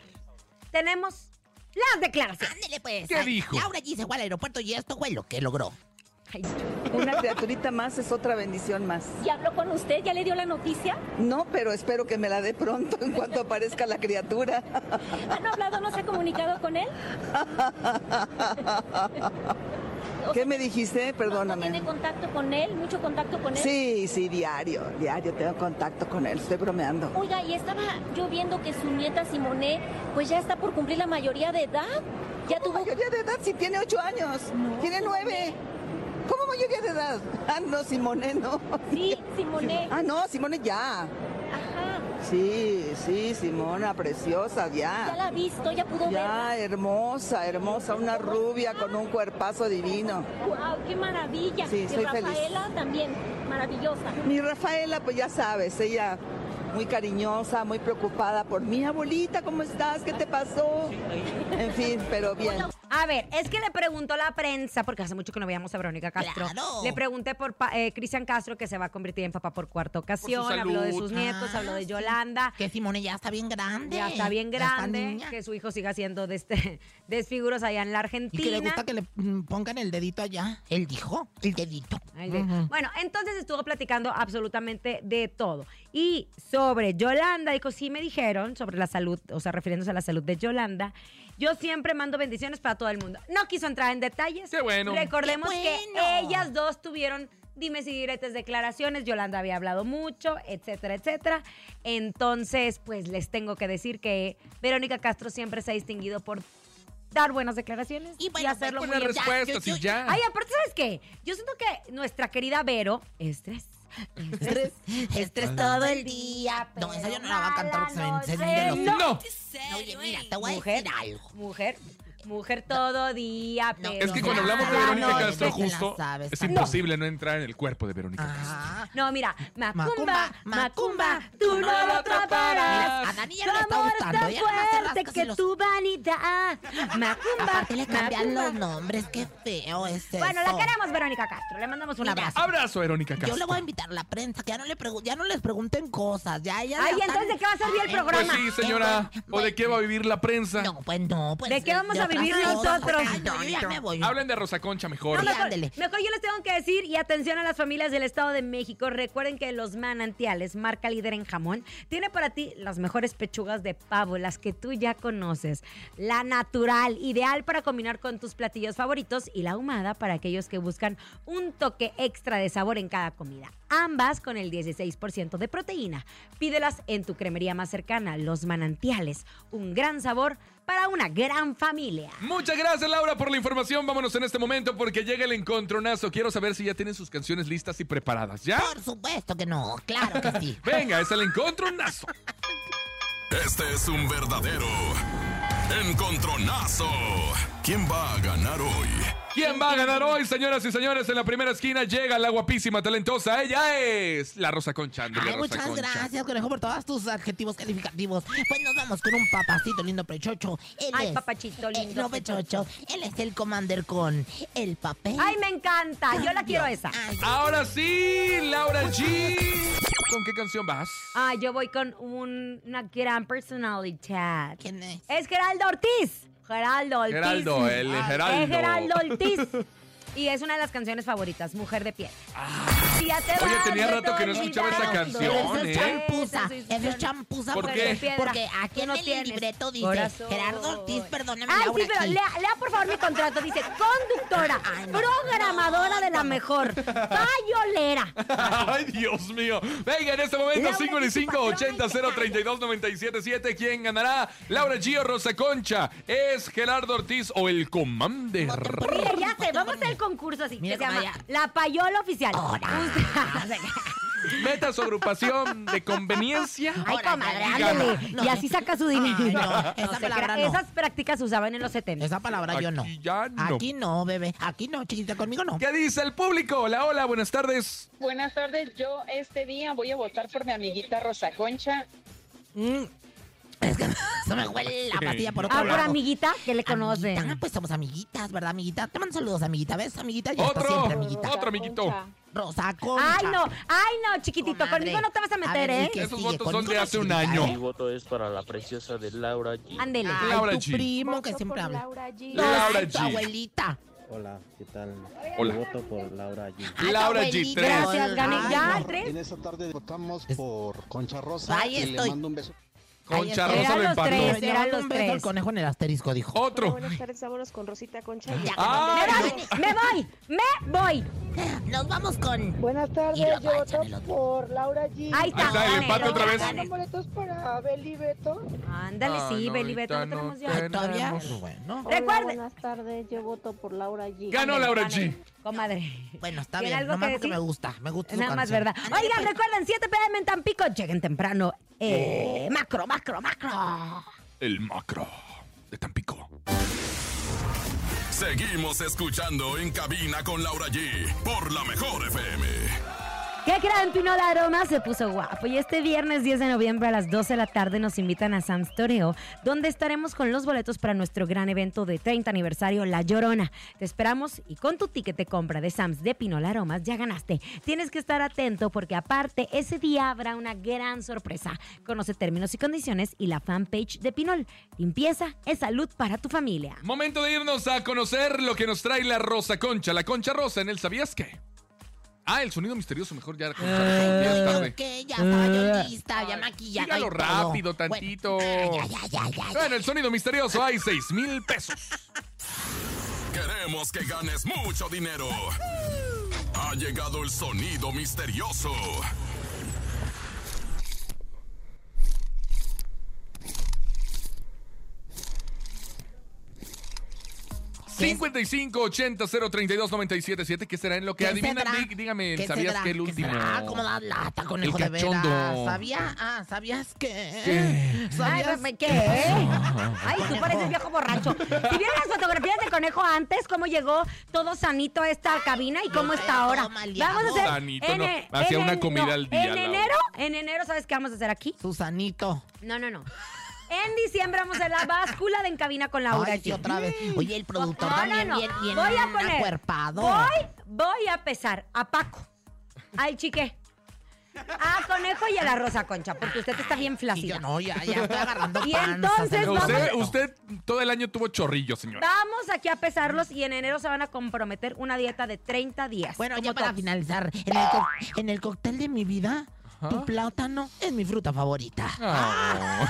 Speaker 5: Tenemos las declaraciones.
Speaker 3: Ándele, pues.
Speaker 2: ¿Qué
Speaker 3: Ay,
Speaker 2: dijo?
Speaker 3: Laura G se fue al aeropuerto y esto fue lo que logró.
Speaker 5: Ay,
Speaker 10: Una criaturita más es otra bendición más.
Speaker 11: ¿Ya habló con usted? ¿Ya le dio la noticia?
Speaker 10: No, pero espero que me la dé pronto en cuanto aparezca la criatura.
Speaker 11: ¿Han hablado? ¿No se ha comunicado con él?
Speaker 10: ¿Qué me dijiste?
Speaker 11: ¿No tiene
Speaker 10: Perdóname.
Speaker 11: contacto con él? ¿Mucho contacto con él?
Speaker 10: Sí, sí, diario, diario tengo contacto con él, estoy bromeando.
Speaker 11: Oiga, y estaba yo viendo que su nieta Simone, pues ya está por cumplir la mayoría de edad. Ya
Speaker 10: ¿Cómo
Speaker 11: tuvo...
Speaker 10: mayoría de edad si tiene ocho años? Tiene nueve. ¿Cómo mayoría de edad? Ah, no, Simone, no.
Speaker 11: Sí, Simone.
Speaker 10: Ah, no, Simone ya.
Speaker 11: Ajá.
Speaker 10: Sí, sí, Simona, preciosa,
Speaker 11: Ya
Speaker 10: ya.
Speaker 11: la ha visto, ya pudo verla.
Speaker 10: Ya, hermosa, hermosa, una rubia con un cuerpazo divino.
Speaker 11: ¡Wow! ¡Qué maravilla!
Speaker 10: Sí,
Speaker 11: y
Speaker 10: soy feliz.
Speaker 11: Rafaela también, maravillosa.
Speaker 10: Mi Rafaela, pues ya sabes, ella muy cariñosa, muy preocupada por mí. Abuelita, ¿cómo estás? ¿Qué te pasó? En fin, pero bien.
Speaker 5: A ver, es que le preguntó a la prensa, porque hace mucho que no veíamos a Verónica Castro.
Speaker 3: Claro.
Speaker 5: Le pregunté por pa- eh, Cristian Castro, que se va a convertir en papá por cuarta ocasión. habló de
Speaker 2: salud.
Speaker 5: sus nietos, habló de
Speaker 3: Ah, sí.
Speaker 5: Yolanda.
Speaker 3: Que Simone ya está bien grande.
Speaker 5: Ya está bien
Speaker 3: Ya está
Speaker 5: grande,
Speaker 3: niña.
Speaker 5: que su hijo siga siendo de este, desfiguros allá en
Speaker 3: Y
Speaker 5: la Argentina.
Speaker 3: que le gusta que le mm, pongan el dedito allá. Él dijo, el dedito.
Speaker 5: Ay, de-
Speaker 3: Ujú.
Speaker 5: Bueno, entonces estuvo platicando absolutamente de todo. Y sobre Yolanda, dijo, sí me dijeron sobre la salud, o sea, refiriéndose a la salud de Yolanda, yo siempre mando bendiciones para todo el mundo. No quiso entrar en detalles.
Speaker 2: Qué bueno.
Speaker 5: Recordemos
Speaker 3: Qué
Speaker 5: que
Speaker 3: bueno.
Speaker 5: ellas dos tuvieron dimes y diretes declaraciones, Yolanda había hablado mucho, etcétera, etcétera. Entonces, pues les tengo que decir que Verónica Castro siempre se ha distinguido por dar buenas declaraciones y,
Speaker 3: Y bueno, pues,
Speaker 5: hacerlo
Speaker 3: con
Speaker 5: muy
Speaker 2: Buenas
Speaker 3: Ya,
Speaker 2: respuestas
Speaker 3: yo-
Speaker 2: y
Speaker 3: yo-
Speaker 2: ya.
Speaker 5: Ay, aparte, ¿sabes qué? Yo siento que nuestra querida Vero, estrés.
Speaker 3: Estrés, estrés todo el día. No, esa yo no la voy a cantar porque se me
Speaker 5: mala
Speaker 3: incendian los...
Speaker 5: noche.
Speaker 2: No.
Speaker 3: Oye, mira, te voy a
Speaker 5: Mujer.
Speaker 3: decir algo.
Speaker 5: Mujer, Mujer todo día, pero...
Speaker 2: Es que cuando hablamos de
Speaker 5: cada
Speaker 2: Verónica
Speaker 5: noche.
Speaker 2: Castro,
Speaker 3: te la
Speaker 2: justo
Speaker 3: sabes,
Speaker 2: es
Speaker 3: Paco.
Speaker 2: imposible no entrar en el cuerpo de Verónica Castro.
Speaker 5: No, mira, macumba,
Speaker 3: Macumba,
Speaker 5: macumba, tú no lo
Speaker 3: Mira,
Speaker 5: atraparás.
Speaker 3: a Dani ya
Speaker 5: Tu
Speaker 3: no le está
Speaker 5: amor es
Speaker 3: gustando,
Speaker 5: tan
Speaker 3: ya nomás se
Speaker 5: fuerte
Speaker 3: rasca
Speaker 5: que
Speaker 3: los-
Speaker 5: tu vanidad. Macumba,
Speaker 3: Aparte le cambian
Speaker 5: macumba.
Speaker 3: los nombres, qué feo es eso.
Speaker 5: Bueno, la queremos Verónica Castro. Le mandamos un
Speaker 3: Mira,
Speaker 5: abrazo.
Speaker 2: Abrazo, Verónica Castro.
Speaker 3: Yo le voy a invitar a la prensa, que ya no, le pregun- ya no les pregunten cosas, ya ella...
Speaker 5: Ay, entonces, ¿de qué va a servir el programa?
Speaker 2: Pues sí, señora. ¿O de qué va a vivir la prensa?
Speaker 3: No, pues no, pues...
Speaker 5: ¿De qué vamos a
Speaker 3: otras
Speaker 5: vivir
Speaker 3: cosas,
Speaker 5: nosotros?
Speaker 3: Ay, no, yo ya me voy.
Speaker 2: Hablen de Rosa Concha mejor.
Speaker 5: No,
Speaker 3: Sí,
Speaker 5: mejor,
Speaker 3: ándele.
Speaker 5: mejor yo les tengo que decir, y atención a las familias del Estado de México, recuerden que los manantiales, marca líder en jamón, tiene para ti las mejores pechugas de pavo, las que tú ya conoces. La natural, ideal para combinar con tus platillos favoritos, y la ahumada para aquellos que buscan un toque extra de sabor en cada comida. Ambas con el 16% de proteína. Pídelas en tu cremería más cercana, Los Manantiales, un gran sabor para una gran familia.
Speaker 2: Muchas gracias, Laura, por la información. Vámonos en este momento porque llega el encontronazo. Quiero saber si ya tienen sus canciones listas y preparadas. ¿Ya?
Speaker 3: Por supuesto que no, claro que sí.
Speaker 2: Venga, es el encontronazo.
Speaker 1: Este es un verdadero encontronazo. ¿Quién va a ganar hoy?
Speaker 2: ¿Quién va a ganar hoy, señoras y señores? En la primera esquina llega la guapísima, talentosa. Ella es la Rosa Concha. ándale,
Speaker 3: Ay,
Speaker 2: Rosa
Speaker 3: muchas
Speaker 2: Concha.
Speaker 3: gracias, conejo, por todos tus adjetivos calificativos. Pues nos vamos con un papacito lindo pechocho. Él
Speaker 5: Ay,
Speaker 3: es-
Speaker 5: papachito
Speaker 3: eh,
Speaker 5: lindo
Speaker 3: no pechocho. Él es el commander con el papel. Ah,
Speaker 5: ¡Ay, me encanta! Yo la quiero esa.
Speaker 3: Ay,
Speaker 2: Ahora sí, Laura G. ¿Con qué canción vas?
Speaker 5: Ah, yo voy con un- una gran personalidad.
Speaker 3: ¿Quién es?
Speaker 5: Es Geraldo Ortiz. Geraldo Ortiz.
Speaker 2: Geraldo, el
Speaker 5: Ah,
Speaker 2: Geraldo.
Speaker 5: Es Geraldo Ortiz. Y es una de las canciones favoritas, Mujer de Pie. Si ya te
Speaker 2: Ah. Oye,
Speaker 5: vas,
Speaker 2: tenía
Speaker 5: yo
Speaker 2: rato
Speaker 5: te
Speaker 2: que no escuchaba esa
Speaker 5: olvidaba.
Speaker 2: canción,
Speaker 3: Eso
Speaker 2: ¿eh?
Speaker 3: es champuza.
Speaker 5: Esa
Speaker 3: Eso es
Speaker 5: canción.
Speaker 3: champuza.
Speaker 2: ¿Por
Speaker 3: porque-
Speaker 2: qué?
Speaker 5: Piedra.
Speaker 3: Porque aquí
Speaker 5: Tú
Speaker 3: en
Speaker 5: no
Speaker 3: el
Speaker 5: tienes
Speaker 3: libreto dice
Speaker 5: corazón.
Speaker 3: Gerardo Ortiz, perdóname,
Speaker 5: Ay,
Speaker 3: Laura
Speaker 5: sí, pero
Speaker 3: G.
Speaker 5: lea, lea, por favor mi contrato. Dice, conductora,
Speaker 3: Ay, no.
Speaker 5: programadora de la mejor, payolera.
Speaker 2: Ay, Dios mío. Venga, en este momento,
Speaker 5: Laura,
Speaker 2: 55 80
Speaker 5: que se
Speaker 2: 0 32 97 7. ¿Quién ganará? ¿Laura G o Rosa Concha? ¿Es Gerardo Ortiz o el Commander?
Speaker 3: Voten por
Speaker 5: Mira, ya sé,
Speaker 3: Voten
Speaker 5: vamos a
Speaker 3: por
Speaker 5: hacer
Speaker 3: mí.
Speaker 5: el concurso así,
Speaker 3: Mira
Speaker 5: que se
Speaker 3: cómo
Speaker 5: llama
Speaker 3: ya.
Speaker 5: La Payola Oficial.
Speaker 3: Ahora.
Speaker 5: Usted-
Speaker 2: Meta su agrupación de conveniencia.
Speaker 5: Ay,
Speaker 3: Ahora,
Speaker 5: comadre,
Speaker 3: ya,
Speaker 2: ya,
Speaker 5: ándale.
Speaker 3: no.
Speaker 5: Y así saca su dinero.
Speaker 3: Ay, no, esa
Speaker 5: se
Speaker 3: palabra
Speaker 5: crea.
Speaker 3: no.
Speaker 5: Esas prácticas se usaban en los 70.
Speaker 3: Esa palabra yo no.
Speaker 2: Aquí ya no.
Speaker 3: Aquí no, bebé. Aquí no, chiquita, conmigo no.
Speaker 2: ¿Qué dice el público? Hola, hola, buenas tardes.
Speaker 12: Buenas tardes, yo este día voy a votar por mi amiguita Rosa Concha.
Speaker 3: Mm. Es que se me huele la pastilla por otro
Speaker 5: Ah, por
Speaker 3: lado.
Speaker 5: amiguita que le conoce.
Speaker 3: Amiguita, pues somos amiguitas, ¿verdad, amiguita? Te mando saludos, amiguita. ¿Ves, amiguita? Ya está
Speaker 2: Otro,
Speaker 3: siempre, amiguita.
Speaker 2: otro amiguito.
Speaker 12: Concha.
Speaker 3: Rosa Concha.
Speaker 5: Ay, no, ay, no, chiquitito,
Speaker 3: Comadre.
Speaker 5: conmigo no te vas a
Speaker 3: ver,
Speaker 5: meter,
Speaker 3: ¿y
Speaker 5: ¿eh?
Speaker 3: qué
Speaker 2: Esos
Speaker 3: sigue?
Speaker 2: votos son
Speaker 3: Conmigo
Speaker 2: de
Speaker 3: no,
Speaker 2: hace un
Speaker 3: chiquita,
Speaker 2: año.
Speaker 3: ¿eh?
Speaker 7: Mi voto es para la preciosa de Laura G.
Speaker 13: Ah,
Speaker 5: Ándele.
Speaker 3: Ay,
Speaker 2: Laura
Speaker 3: tu
Speaker 2: G.
Speaker 3: primo que siempre habla.
Speaker 2: Laura
Speaker 3: Ay, tu
Speaker 2: G.
Speaker 3: abuelita.
Speaker 14: Hola, ¿qué tal?
Speaker 2: Hola.
Speaker 14: voto por Laura G.
Speaker 3: Ay, tu
Speaker 2: Laura G.
Speaker 3: abuelita.
Speaker 2: Tres.
Speaker 5: Gracias, gané.
Speaker 3: Ay,
Speaker 5: Ya,
Speaker 3: no.
Speaker 5: tres.
Speaker 14: En esta tarde votamos
Speaker 3: Es-
Speaker 14: por Concha Rosa
Speaker 3: Ahí
Speaker 14: y
Speaker 3: estoy.
Speaker 14: le mando un beso.
Speaker 2: Concha
Speaker 3: Ay,
Speaker 2: Rosa
Speaker 5: eran
Speaker 2: lo
Speaker 5: los
Speaker 2: empató.
Speaker 5: tres.
Speaker 3: Le
Speaker 5: eran
Speaker 3: mando
Speaker 5: los
Speaker 3: un beso
Speaker 5: tres.
Speaker 3: al conejo en el asterisco, dijo.
Speaker 2: Otro.
Speaker 12: Buenas tardes, vámonos con Rosita Concha.
Speaker 3: Ya.
Speaker 2: Ay,
Speaker 5: Me
Speaker 2: no.
Speaker 5: voy, me voy, me voy.
Speaker 3: Nos vamos con...
Speaker 12: Buenas
Speaker 3: Y la
Speaker 12: tardes, yo
Speaker 3: mancha
Speaker 12: voto
Speaker 3: en el otro.
Speaker 12: por Laura G.
Speaker 5: Ahí está.
Speaker 2: Ahí está, el
Speaker 5: gané,
Speaker 2: empate
Speaker 5: Laura,
Speaker 2: otra vez.
Speaker 5: gané.
Speaker 12: boletos para Beli Beto?
Speaker 5: Ándale, sí,
Speaker 2: Ah, no,
Speaker 5: Beli, Beto, no
Speaker 2: ahorita
Speaker 5: tenemos
Speaker 2: no
Speaker 5: ya.
Speaker 2: tenemos.
Speaker 3: ¿Todavía? Bueno.
Speaker 5: Recuerde.
Speaker 12: Buenas tardes, yo voto por Laura G.
Speaker 2: Ganó Laura G.
Speaker 5: Comadre.
Speaker 3: Bueno, está
Speaker 5: ¿Tiene
Speaker 3: bien.
Speaker 5: algo
Speaker 3: Nomás
Speaker 5: que
Speaker 3: porque
Speaker 5: decir?
Speaker 3: me gusta. Me gusta su
Speaker 5: Nada más,
Speaker 3: canción.
Speaker 5: ¿verdad?
Speaker 3: Ándale,
Speaker 5: Oigan,
Speaker 3: pues.
Speaker 5: recuerden, 7 pm en Tampico. Lleguen temprano. Eh, macro, macro, macro.
Speaker 2: El macro de Tampico.
Speaker 1: Seguimos escuchando en cabina con Laura G por la mejor FM.
Speaker 5: ¿Qué creen? Pino de Aroma se puso guapo y este viernes 10 de noviembre a las 12 de la tarde nos invitan a Sam's Toreo, donde estaremos con los boletos para nuestro gran evento de 30 aniversario La Llorona. Te esperamos y con tu ticket de compra de Sam's de Pinola Aromas ya ganaste. Tienes que estar atento porque aparte ese día habrá una gran sorpresa. Conoce términos y condiciones y la fanpage de Pinol. Limpieza es salud para tu familia.
Speaker 2: Momento de irnos a conocer lo que nos trae la Rosa Concha, la Concha Rosa en el ¿Sabías qué? Ah, el sonido misterioso, mejor ya la Concha Rosa. Ya es tarde.
Speaker 3: que ya estaba yo lista, Ah, ya maquillada. y
Speaker 2: Eh, Dígalo
Speaker 3: todo.
Speaker 2: rápido,
Speaker 3: Bueno,
Speaker 2: tantito.
Speaker 3: ay, ay, ay, ay, ay.
Speaker 2: Bueno, el sonido misterioso, hay 6 mil pesos.
Speaker 1: Queremos que ganes mucho dinero. Ha llegado el sonido misterioso.
Speaker 2: 5580-032-977. ¿Qué será en lo que
Speaker 3: ¿Qué
Speaker 2: adivina?
Speaker 3: será?
Speaker 2: Dí- Dígame,
Speaker 3: ¿Qué
Speaker 2: ¿sabías
Speaker 3: será?
Speaker 2: que el
Speaker 3: ¿Qué
Speaker 2: último?
Speaker 3: será? Ah, cómo da lata, conejo de
Speaker 2: El
Speaker 3: veras.
Speaker 2: cachondo.
Speaker 3: ¿Sabía? Ah, ¿sabías que?
Speaker 2: ¿Qué?
Speaker 3: ¿Sabías
Speaker 5: Ay, ¿qué? Ay, tú pareces viejo borracho. Si vieron las fotografías de conejo antes, cómo llegó todo sanito a esta cabina y cómo está ahora. Vamos a hacer.
Speaker 2: Sanito, no.
Speaker 5: en- e-
Speaker 2: Hacía
Speaker 5: en-
Speaker 2: una comida
Speaker 5: no,
Speaker 2: al día,
Speaker 5: En
Speaker 2: Laura.
Speaker 5: enero, en enero, ¿sabes qué vamos a hacer aquí?
Speaker 3: Susanito.
Speaker 5: No, no, no. En diciembre vamos a hacer la báscula de En Cabina con Laura.
Speaker 3: Ay, sí,
Speaker 5: G.
Speaker 3: otra vez.
Speaker 5: Mm.
Speaker 3: Oye, el productor también bien, bien
Speaker 5: voy a poner.
Speaker 3: acuerpado.
Speaker 5: Voy, voy a pesar a Paco, al chique, a Conejo y a la Rosa Concha, porque usted está bien flácida.
Speaker 3: no, ya, ya estoy agarrando
Speaker 5: Y
Speaker 3: panza,
Speaker 5: entonces
Speaker 3: señor.
Speaker 5: vamos,
Speaker 2: Usted, usted todo el año tuvo chorrillo, señora.
Speaker 5: vamos aquí a pesarlos y en enero se van a comprometer una dieta de 30 días.
Speaker 3: Bueno,
Speaker 5: como
Speaker 3: ya para
Speaker 5: todos.
Speaker 3: finalizar, en el, co- en el cóctel de mi vida, tu plátano es mi fruta favorita.
Speaker 5: Ah.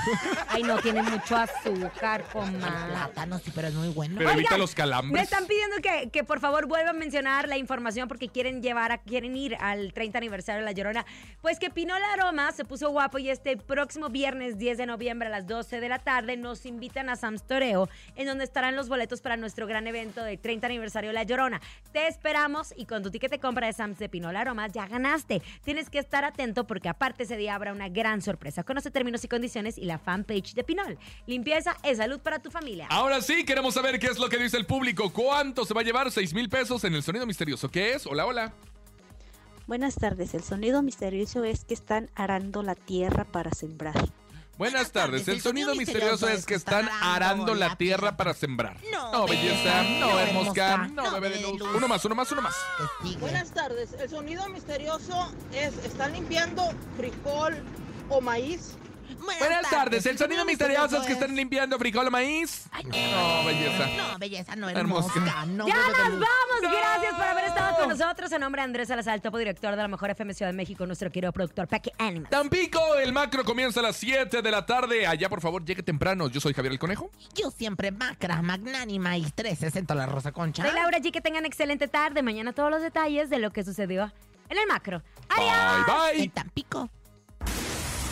Speaker 3: Ah.
Speaker 2: Ah,
Speaker 5: Ay, no, tiene mucho azúcar, comadre.
Speaker 3: Plátano sí, pero es muy bueno.
Speaker 2: Pero evita
Speaker 5: Oigan,
Speaker 2: los
Speaker 5: Me
Speaker 2: calambres.
Speaker 5: están pidiendo que, que por favor vuelva a mencionar la información porque quieren llevar a, quieren ir al 30 aniversario de La Llorona. Pues que Pinola Aroma se puso guapo y este próximo viernes 10 de noviembre a las 12 de la tarde nos invitan a Sam's Toreo, en donde estarán los boletos para nuestro gran evento de 30 aniversario de La Llorona. Te esperamos y con tu ticket de compra de Sam's de Pinola Aroma ya ganaste. Tienes que estar atento porque aparte ese día habrá una gran sorpresa. Conoce términos y condiciones y la fanpage de Pinol. Limpieza es salud para tu familia.
Speaker 2: Ahora sí, queremos saber qué es lo que dice el público. ¿Cuánto se va a llevar? 6 mil pesos en el sonido misterioso. ¿Qué es? Hola, hola.
Speaker 13: Buenas tardes, el sonido misterioso es que están arando la tierra para sembrar.
Speaker 2: Buenas tardes. El sonido misterioso es que están arando la tierra para sembrar. No, belleza, no es mosca, no bebé de luz. Uno más, uno más, uno más.
Speaker 15: Buenas tardes. El sonido misterioso es, ¿están limpiando frijol o maíz?
Speaker 2: Buenas tardes. El sonido misterioso es que están limpiando frijol o maíz. No, belleza.
Speaker 3: No, belleza no es
Speaker 2: Hermosa.
Speaker 3: mosca, no,
Speaker 5: ¡Ya
Speaker 3: bebé de
Speaker 5: nos
Speaker 3: luz.
Speaker 5: vamos! Gracias por haber estado con nosotros. En nombre de Andrés Salazar, topo director de la Mejor FM Ciudad de México, nuestro querido productor Peque Animal.
Speaker 2: Tampico, el macro comienza a las 7 de la tarde. Allá, por favor, llegue temprano. Yo soy Javier el Conejo.
Speaker 3: Yo siempre macra, magnánima y 360 la rosa concha.
Speaker 5: Soy Laura G. Que tengan excelente tarde. Mañana todos los detalles de lo que sucedió en el macro. ¡Adiós!
Speaker 2: Bye,
Speaker 3: En Tampico.